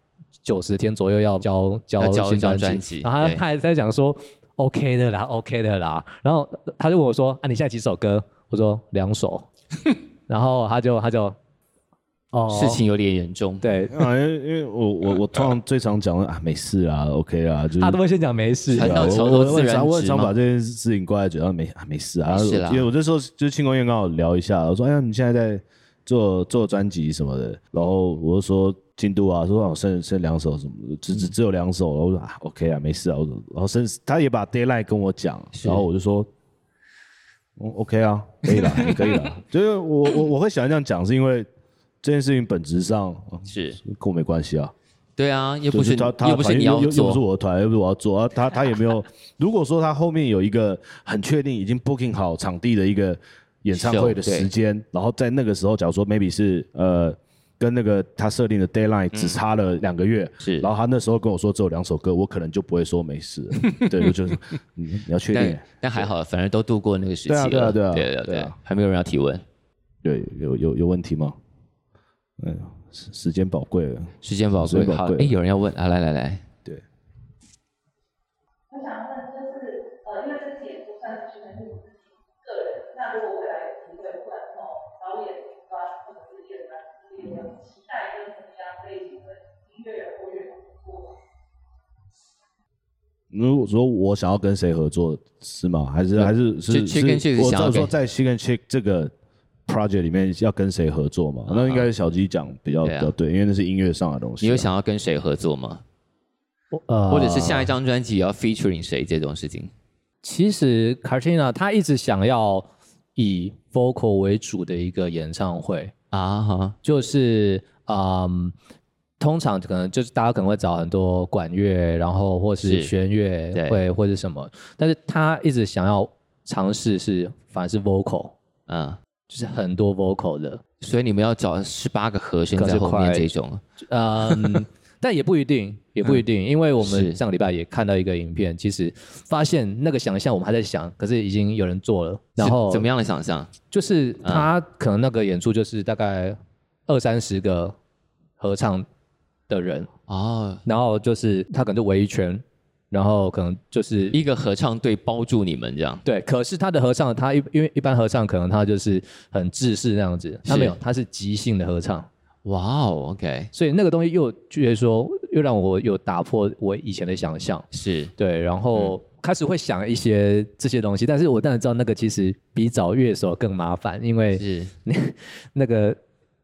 Speaker 2: 九十天左右要交交
Speaker 1: 要交
Speaker 2: 新专
Speaker 1: 交专辑
Speaker 2: 然后他
Speaker 1: 对
Speaker 2: 他还在讲说 OK 的啦，OK 的啦。然后他就问我说啊，你现在几首歌？我说 两首。然后他就他就哦
Speaker 1: 事情有点严重。
Speaker 2: 对，
Speaker 4: 啊，因为因为我我我通常最常讲的啊，没事啊，OK 啊，就是
Speaker 2: 他都会先讲没事
Speaker 4: 对。啊
Speaker 1: 传统
Speaker 4: 我
Speaker 1: 潮流
Speaker 4: 我我
Speaker 1: 自
Speaker 4: 很
Speaker 1: 然
Speaker 4: 常我
Speaker 1: 直
Speaker 4: 很常
Speaker 1: 嘛
Speaker 4: 把这件事情挂在嘴上，没啊没事啊，
Speaker 1: 没事啦
Speaker 4: 因为我那时候就是庆功宴刚好聊一下，我说哎呀，你现在在做做专辑什么的，然后我就说进度啊，说啊我剩剩两首什么的，只
Speaker 1: 嗯
Speaker 4: 只只有两首，然后我说啊 OK 啊，没事啊，我说然后剩他也把 d a y l i g h t 跟我讲，然后我就说。嗯，OK 啊，可以了，也可以了。 就是我我我会喜欢这样讲，是因为这件事情本质上嗯
Speaker 1: 是，
Speaker 4: 跟我没关系啊。
Speaker 1: 对啊，又
Speaker 4: 就
Speaker 1: 不是
Speaker 4: 他，
Speaker 1: 你，
Speaker 4: 他
Speaker 1: 又不是你要
Speaker 4: 又又不是
Speaker 1: 做，
Speaker 4: 我的团，又不是我要做，啊他他 也没有。如果说他后面有一个很确定已经 booking 好场地的一个演唱会的
Speaker 1: Show，对
Speaker 4: 时间，然后在那个时候，假如说 maybe 是呃跟那个他设定的 deadline 只差了两个月，
Speaker 1: 嗯是
Speaker 4: 然后他那时候跟我说只有两首歌，我可能就不会说没事 了，对，我就是嗯你你要确定
Speaker 1: 但，但还好，反而都度过那个时期
Speaker 4: 对啊
Speaker 1: 了。
Speaker 4: 对啊对啊
Speaker 1: 对
Speaker 4: 对啊
Speaker 1: 还没有人要提问，
Speaker 4: 对，有有有问题吗？嗯，时时间宝贵了，
Speaker 1: 时间宝贵
Speaker 4: 时。间
Speaker 1: 好
Speaker 4: 宝，贵
Speaker 1: 哎，有人要问啊，来来来，
Speaker 4: 对，
Speaker 8: 我想问，就是呃，因为这次也不算是全部个人，那如果未来有机会，不管从导演、主发或者是演员，也有期待跟什么样类型的音乐人或乐手合作？
Speaker 4: 如果说我想要跟谁合作是吗？还是
Speaker 1: 对
Speaker 4: 还是是
Speaker 1: Chick- Chicken
Speaker 4: 是
Speaker 1: Chick
Speaker 4: 我
Speaker 1: 想要
Speaker 4: 照说
Speaker 1: 跟
Speaker 4: 在 Chicken Chick 这个 project 里面要跟谁合作嘛？那应该是小鸡讲比较
Speaker 1: 嗯对啊
Speaker 4: 比较对，因为那是音乐上的东西啊。
Speaker 1: 你有想要跟谁合作吗？
Speaker 4: 啊
Speaker 2: 呃
Speaker 1: 或者是下一张专辑也要 featuring 谁这种事情？
Speaker 2: 其实 Katrina 她一直想要以 vocal 为主的一个演唱会，
Speaker 1: 啊哈，
Speaker 2: 就是嗯，通常可能就是大家可能会找很多管乐，然后或
Speaker 1: 是
Speaker 2: 是弦乐
Speaker 1: 对
Speaker 2: 会或者什么，但是她一直想要尝试是反而是 vocal，
Speaker 1: 嗯，
Speaker 2: 就是很多 vocal 的，
Speaker 1: 所以你们要找十八个和声
Speaker 2: 可
Speaker 1: 在
Speaker 2: 是
Speaker 1: 后面
Speaker 2: 快
Speaker 1: 这种，
Speaker 2: 嗯，但也不一定，也不一定，因为我
Speaker 1: 嗯是
Speaker 2: 们上个礼拜也看到一个影片，其实发现那个想象我们还在想，可是已经有人做了，然后
Speaker 1: 是怎么样的想象？
Speaker 2: 就是他可能那个演出就是大概二三十个合唱的人，
Speaker 1: 哦，
Speaker 2: 然后就是他可能就围一圈，然后可能就是
Speaker 1: 一个合唱队包住你们这样，
Speaker 2: 对，可是他的合唱，他一因为一般合唱可能他就是很制式那样子，他没有，他是即兴的合唱，
Speaker 1: 哇哦，OK，
Speaker 2: 所以那个东西又觉得说又让我有打破我以前的想象，
Speaker 1: 是
Speaker 2: 对，然后开始会想一些这些东西，但是我当然知道那个其实比找乐手更麻烦，因为
Speaker 1: 是，
Speaker 2: 那个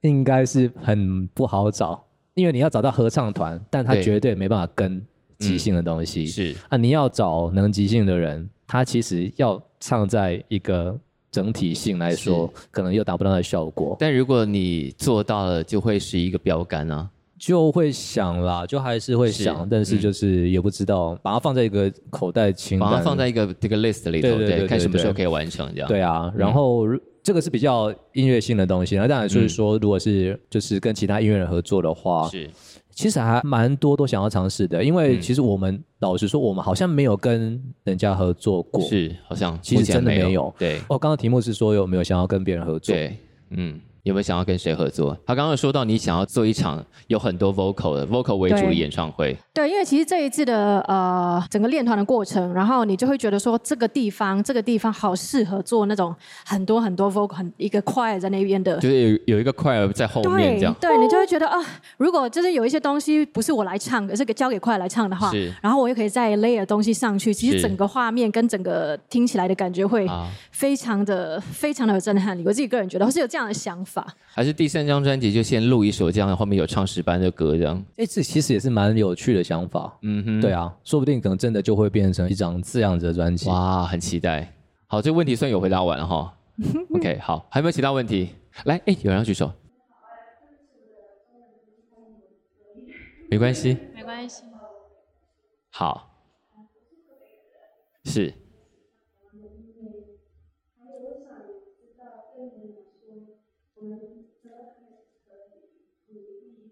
Speaker 2: 应该是很不好找，因为你要找到合唱团，但他
Speaker 1: 对
Speaker 2: 绝对没办法跟即兴的东西。
Speaker 1: 是
Speaker 2: 啊，你要找能即兴的人，他其实要唱在一个整体性来说，可能又达不到那个效果。
Speaker 1: 但如果你做到了，就会是一个标杆啊。
Speaker 2: 就会想啦，就还是会
Speaker 1: 是
Speaker 2: 想，但是
Speaker 1: 嗯
Speaker 2: 就是也不知道，把它放在一个口袋清单，
Speaker 1: 把它放在一个这个 list 里头，
Speaker 2: 对对对对
Speaker 1: 看什么
Speaker 2: 对
Speaker 1: 时候可以完成这样。
Speaker 2: 对啊，然后如、这个是比较音乐性的东西，那当然就是说，如果是就是跟其他音乐人合作的话，
Speaker 1: 啊是
Speaker 2: 其实还蛮多都想要尝试的，因为
Speaker 1: 嗯
Speaker 2: 其实我们、老实说，我们好像没有跟人家合作过。，
Speaker 1: 是，好像
Speaker 2: 其实
Speaker 1: 目前
Speaker 2: 真的
Speaker 1: 没
Speaker 2: 没有
Speaker 1: 对
Speaker 2: 哦，刚刚题目是说有没有想要跟别人合作？，
Speaker 1: 对，嗯，有没有想要跟谁合作？他刚刚有说到你想要做一场有很多 vocal 的 vocal 为主的
Speaker 3: 对
Speaker 1: 演唱会，
Speaker 3: 对，因为其实这一次的呃整个练团的过程，然后你就会觉得说这个地方这个地方好适合做那种很多很多 vocal 很一个 choir 在那边的
Speaker 1: 就是有有一个快乐在后面这样。
Speaker 3: 对，你就会觉得啊，如果就是有一些东西不是我来唱的，是给交给快来唱的话
Speaker 1: 是，
Speaker 3: 然后我又可以再 layer 东西上去，其
Speaker 1: 是
Speaker 3: 实整个画面跟整个听起来的感觉会
Speaker 1: 啊
Speaker 3: 非常的、非常的有震撼力。我自己个人觉得，我是有这样的想法。
Speaker 1: 还是第三张专辑就先录一首这样，后面有唱十班的歌这样。
Speaker 2: 哎，这其实也是蛮有趣的想法。
Speaker 1: 嗯哼，
Speaker 2: 对，啊，说不定可能真的就会变成一张这样子的专辑。
Speaker 1: 哇，很期待。好，这个问题算有回答完了哈。OK，好，还有没有其他问题？来，哎，有人要举手，没关系，
Speaker 5: 没关系。
Speaker 1: 好，是
Speaker 8: 跟你们说，我们真的还是可以努力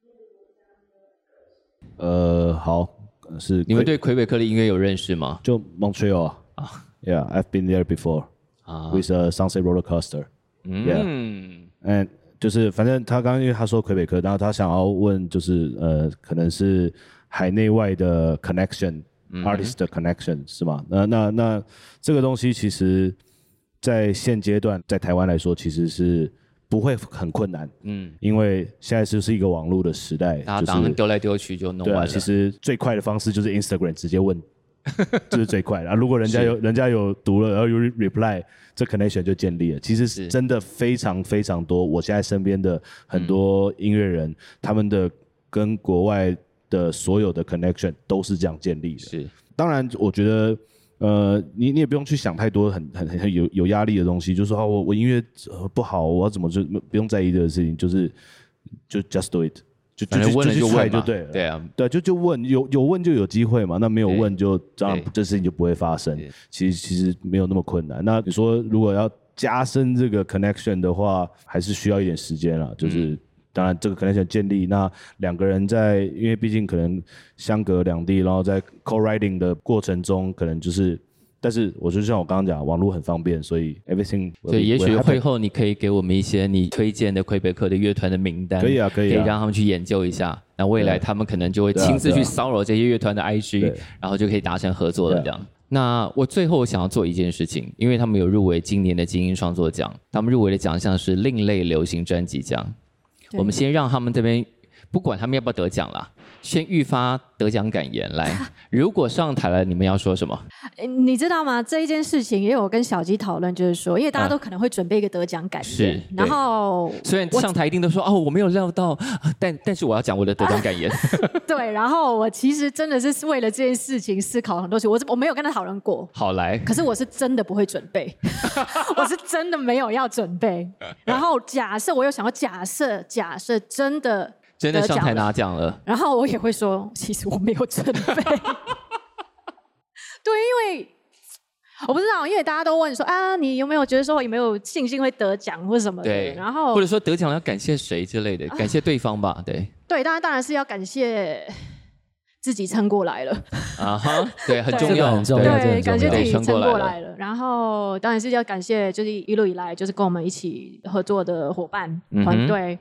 Speaker 8: 这个国家的歌手。
Speaker 4: 呃，好，呃是
Speaker 1: 你们
Speaker 4: 魁
Speaker 1: 对魁北克的音乐有认识吗？
Speaker 4: 就 Montreal 啊，Yeah, I've been there before
Speaker 1: 啊，
Speaker 4: with a Sunset Roller Coaster。
Speaker 1: 嗯，
Speaker 4: 嗯，就是反正他刚刚因为他说魁北克，然后他想要问就是呃，可能是海内外的 connection、artist
Speaker 1: 嗯
Speaker 4: 的 connection 是吗？那那那这个东西其实，在现阶段在台湾来说，其实是不会很困难，嗯，因为现在就是一个网络的时代，
Speaker 1: 大
Speaker 4: 就
Speaker 1: 家档案
Speaker 4: 是
Speaker 1: 丢来丢去就弄
Speaker 4: 对
Speaker 1: 完
Speaker 4: 啊，
Speaker 1: 了。
Speaker 4: 其实最快的方式就是 Instagram 直接 问。这是最快的啊！如果人家有人家有读了，然后有 reply，这 connection 就建立了。其实是真的非常非常多，我现在身边的
Speaker 1: 嗯
Speaker 4: 很多音乐人，他们的跟国外的所有的 connection 都是这样建立的。
Speaker 1: 是，
Speaker 4: 当然，我觉得，呃，你你也不用去想太多很很很很有有压力的东西，就是说、啊、我我音乐、呃不好，我要怎么就不用在意这个事情，就是就 just do it，就
Speaker 1: 反
Speaker 4: 就
Speaker 1: 正
Speaker 4: 就
Speaker 1: 问了
Speaker 4: 就去
Speaker 1: 问
Speaker 4: 踹
Speaker 1: 嘛
Speaker 4: 就对了。
Speaker 1: 对啊，
Speaker 4: 对，就就问有有问就有机会嘛，那没有
Speaker 1: 对
Speaker 4: 问就当然
Speaker 1: 对
Speaker 4: 这事情就不会发生。其实其实没有那么困难。那你说如果要加深这个 connection 的话，还是需要一点时间了。就是、
Speaker 1: 嗯
Speaker 4: 当然这个 connection 建立，那两个人在因为毕竟可能相隔两地，然后在 co-writing 的过程中，可能就是。但是我就像我刚刚讲，网络很方便，所以 everything will
Speaker 1: 所以
Speaker 4: be-
Speaker 1: 也
Speaker 4: will
Speaker 1: 许
Speaker 4: happen
Speaker 1: 会后你可以给我们一些你推荐的魁北克的乐团的名单，
Speaker 4: 可以啊可以啊
Speaker 1: 可以让他们去研究一下。那未来
Speaker 4: 对
Speaker 1: 他们可能就会
Speaker 4: 对啊
Speaker 1: 亲自
Speaker 4: 对
Speaker 1: 去
Speaker 4: 啊
Speaker 1: 骚扰这些乐团的 IG，
Speaker 4: 对
Speaker 1: 然后就可以达成合作了。
Speaker 4: 对啊
Speaker 1: 这样。那我最后想要做一件事情，因为他们有入围今年的金鹰创作奖，他们入围的奖项是另类流行专辑奖。
Speaker 3: 对
Speaker 1: 我们先让他们这边，不管他们要不要得奖啦，先预发得奖感言来。 如果上台了，你们要说什么？
Speaker 3: 诶你知道吗？这一件事情，因为我跟小鸡讨论，就是说，因为大家
Speaker 1: 啊
Speaker 3: 都可能会准备一个得奖感
Speaker 1: 是
Speaker 3: 言，然
Speaker 1: 对
Speaker 3: 后
Speaker 1: 虽然
Speaker 3: 我
Speaker 1: 上台一定都说哦我没有料到，但但是我要讲我的得奖感 言。
Speaker 3: 对，然后我其实真的是为了这件事情思考很多事，我我没有跟他讨论过，
Speaker 1: 好来，
Speaker 3: 可是我是真的不会准备， 我是真的没有要准备。然后假设我又想要假设，假设真的
Speaker 1: 真的
Speaker 3: 得
Speaker 1: 上
Speaker 3: 奖
Speaker 1: 台
Speaker 3: 了
Speaker 1: 拿奖了，
Speaker 3: 然后我也会说，其实我没有准 备。对，因为我不知道，因为大家都问说啊，你有没有觉得说有没有信心会得奖或什么的？
Speaker 1: 对，
Speaker 3: 然后
Speaker 1: 或者说得奖了要感谢谁之类的，感谢对方吧， 对，
Speaker 3: 对，当然当然是要感谢自己撑过来了。
Speaker 1: 啊哈，对，很
Speaker 3: 对
Speaker 1: 重
Speaker 3: 这
Speaker 1: 要，
Speaker 2: 个很重要这
Speaker 3: 对，
Speaker 2: 很重
Speaker 3: 感谢
Speaker 2: 要
Speaker 3: 自己
Speaker 1: 对
Speaker 3: 撑
Speaker 1: 撑过来
Speaker 3: 过
Speaker 1: 了
Speaker 3: 来了。然后当然是要感谢，就是一路以来就是跟我们一起合作的伙伴
Speaker 1: 嗯哼
Speaker 3: 团队。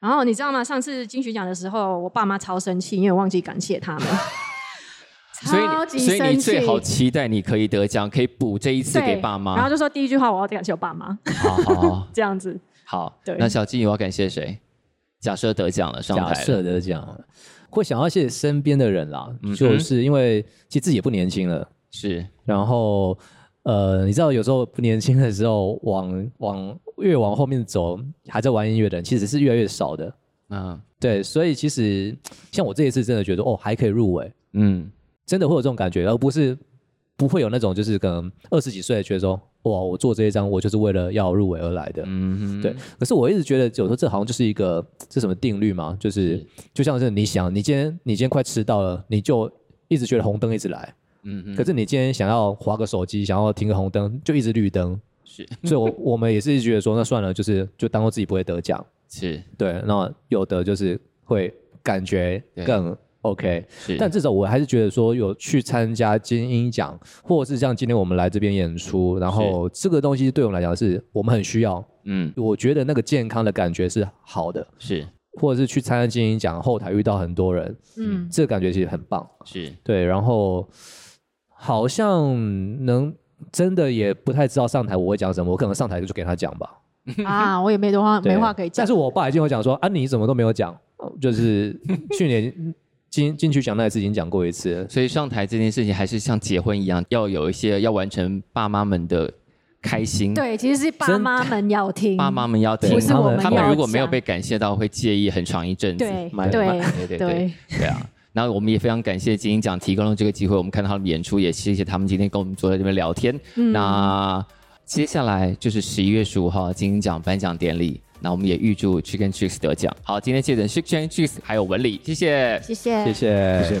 Speaker 3: 然后你知道吗？上次金曲奖的时候，我爸妈超生气，因为我忘记感谢他 们，
Speaker 1: 所
Speaker 3: 超
Speaker 1: 以
Speaker 3: 级
Speaker 1: 你所以
Speaker 3: 生
Speaker 1: 你
Speaker 3: 气
Speaker 1: 最。好期待你可以得奖，可以补这一次
Speaker 3: 对
Speaker 1: 给爸
Speaker 3: 然
Speaker 1: 妈哦
Speaker 3: 后。就说第一句话我要感谢我爸妈，
Speaker 1: 好好好
Speaker 3: 这样子。
Speaker 1: 好
Speaker 3: 对，
Speaker 1: 那小金我要感谢谁？假设得奖了，上台
Speaker 2: 假
Speaker 1: 了
Speaker 2: 设的讲，会想要谢谢身边的人啦，
Speaker 1: 嗯哼
Speaker 2: 就是因为其实自己也不年轻了，
Speaker 1: 是
Speaker 2: 然后呃，你知道有时候不年轻的时候，往往越往后面走，还在玩音乐的人其实是越来越少的。
Speaker 1: 嗯
Speaker 2: 对，所以其实像我这一次真的觉得哦，还可以入围，
Speaker 1: 嗯，
Speaker 2: 真的会有这种感觉，而不是不会有那种就是可能二十几岁的觉得说哇，我做这一张我就是为了要入围而来的。
Speaker 1: 嗯哼
Speaker 2: 对，可是我一直觉得，有时候这好像就是一个这什么定律嘛，就是就像是你想，你今天你今天快迟到了，你就一直觉得红灯一直来，
Speaker 1: 嗯哼，
Speaker 2: 可是你今天想要划个手机，想要停个红灯，就一直绿灯。
Speaker 1: 是
Speaker 2: 所以我，我们也是一直觉得说，那算了，就是就当做自己不会得奖。
Speaker 1: 是
Speaker 2: 对，那有的就是会感觉
Speaker 1: 对
Speaker 2: 更 OK，
Speaker 1: 是，
Speaker 2: 但至少我还是觉得说，有去参加金鹰奖，或者是像今天我们来这边演出，然后这个东西对我们来讲是我们很需要。
Speaker 1: 嗯
Speaker 2: 我觉得那个健康的感觉是好的，
Speaker 1: 是
Speaker 2: 或者是去参加金鹰奖后台遇到很多人，
Speaker 3: 嗯，
Speaker 2: 这个感觉其实很棒。
Speaker 1: 是
Speaker 2: 对，然后好像能真的也不太知道上台我会讲什么，我可能上台就给他讲吧，
Speaker 3: 啊，我也没多话
Speaker 2: 对
Speaker 3: 没话可以讲
Speaker 2: 但是。我爸已经有讲说啊，你怎么都没有讲，就是去年 金金曲奖那一次已经讲过一次了，
Speaker 1: 所以上台这件事情还是像结婚一样，要有一些要完成爸妈们的开心。。
Speaker 3: 对，其实是爸
Speaker 2: 真
Speaker 3: 妈们要听，
Speaker 1: 爸妈们要听，
Speaker 2: 不是
Speaker 1: 他
Speaker 2: 我
Speaker 1: 们
Speaker 2: 们
Speaker 1: 他们
Speaker 3: 要
Speaker 1: 如果没有
Speaker 3: 讲
Speaker 1: 被感谢到，会介意很长一阵子。
Speaker 3: 对
Speaker 2: 买
Speaker 3: 对
Speaker 1: 买 对对对
Speaker 3: 对
Speaker 1: 对啊！那我们也非常感谢金鹰奖提供了这个机会，我们看到他们演出，也谢谢他们今天跟我们坐在这边聊天。那接下来就是十一月十五号金鹰奖颁奖典礼，那我们也预祝 Chicken Chicks 得奖。好，今天谢谢 Chicken Chicks 还有文理，谢谢。
Speaker 3: 谢谢
Speaker 2: 谢谢
Speaker 4: 谢谢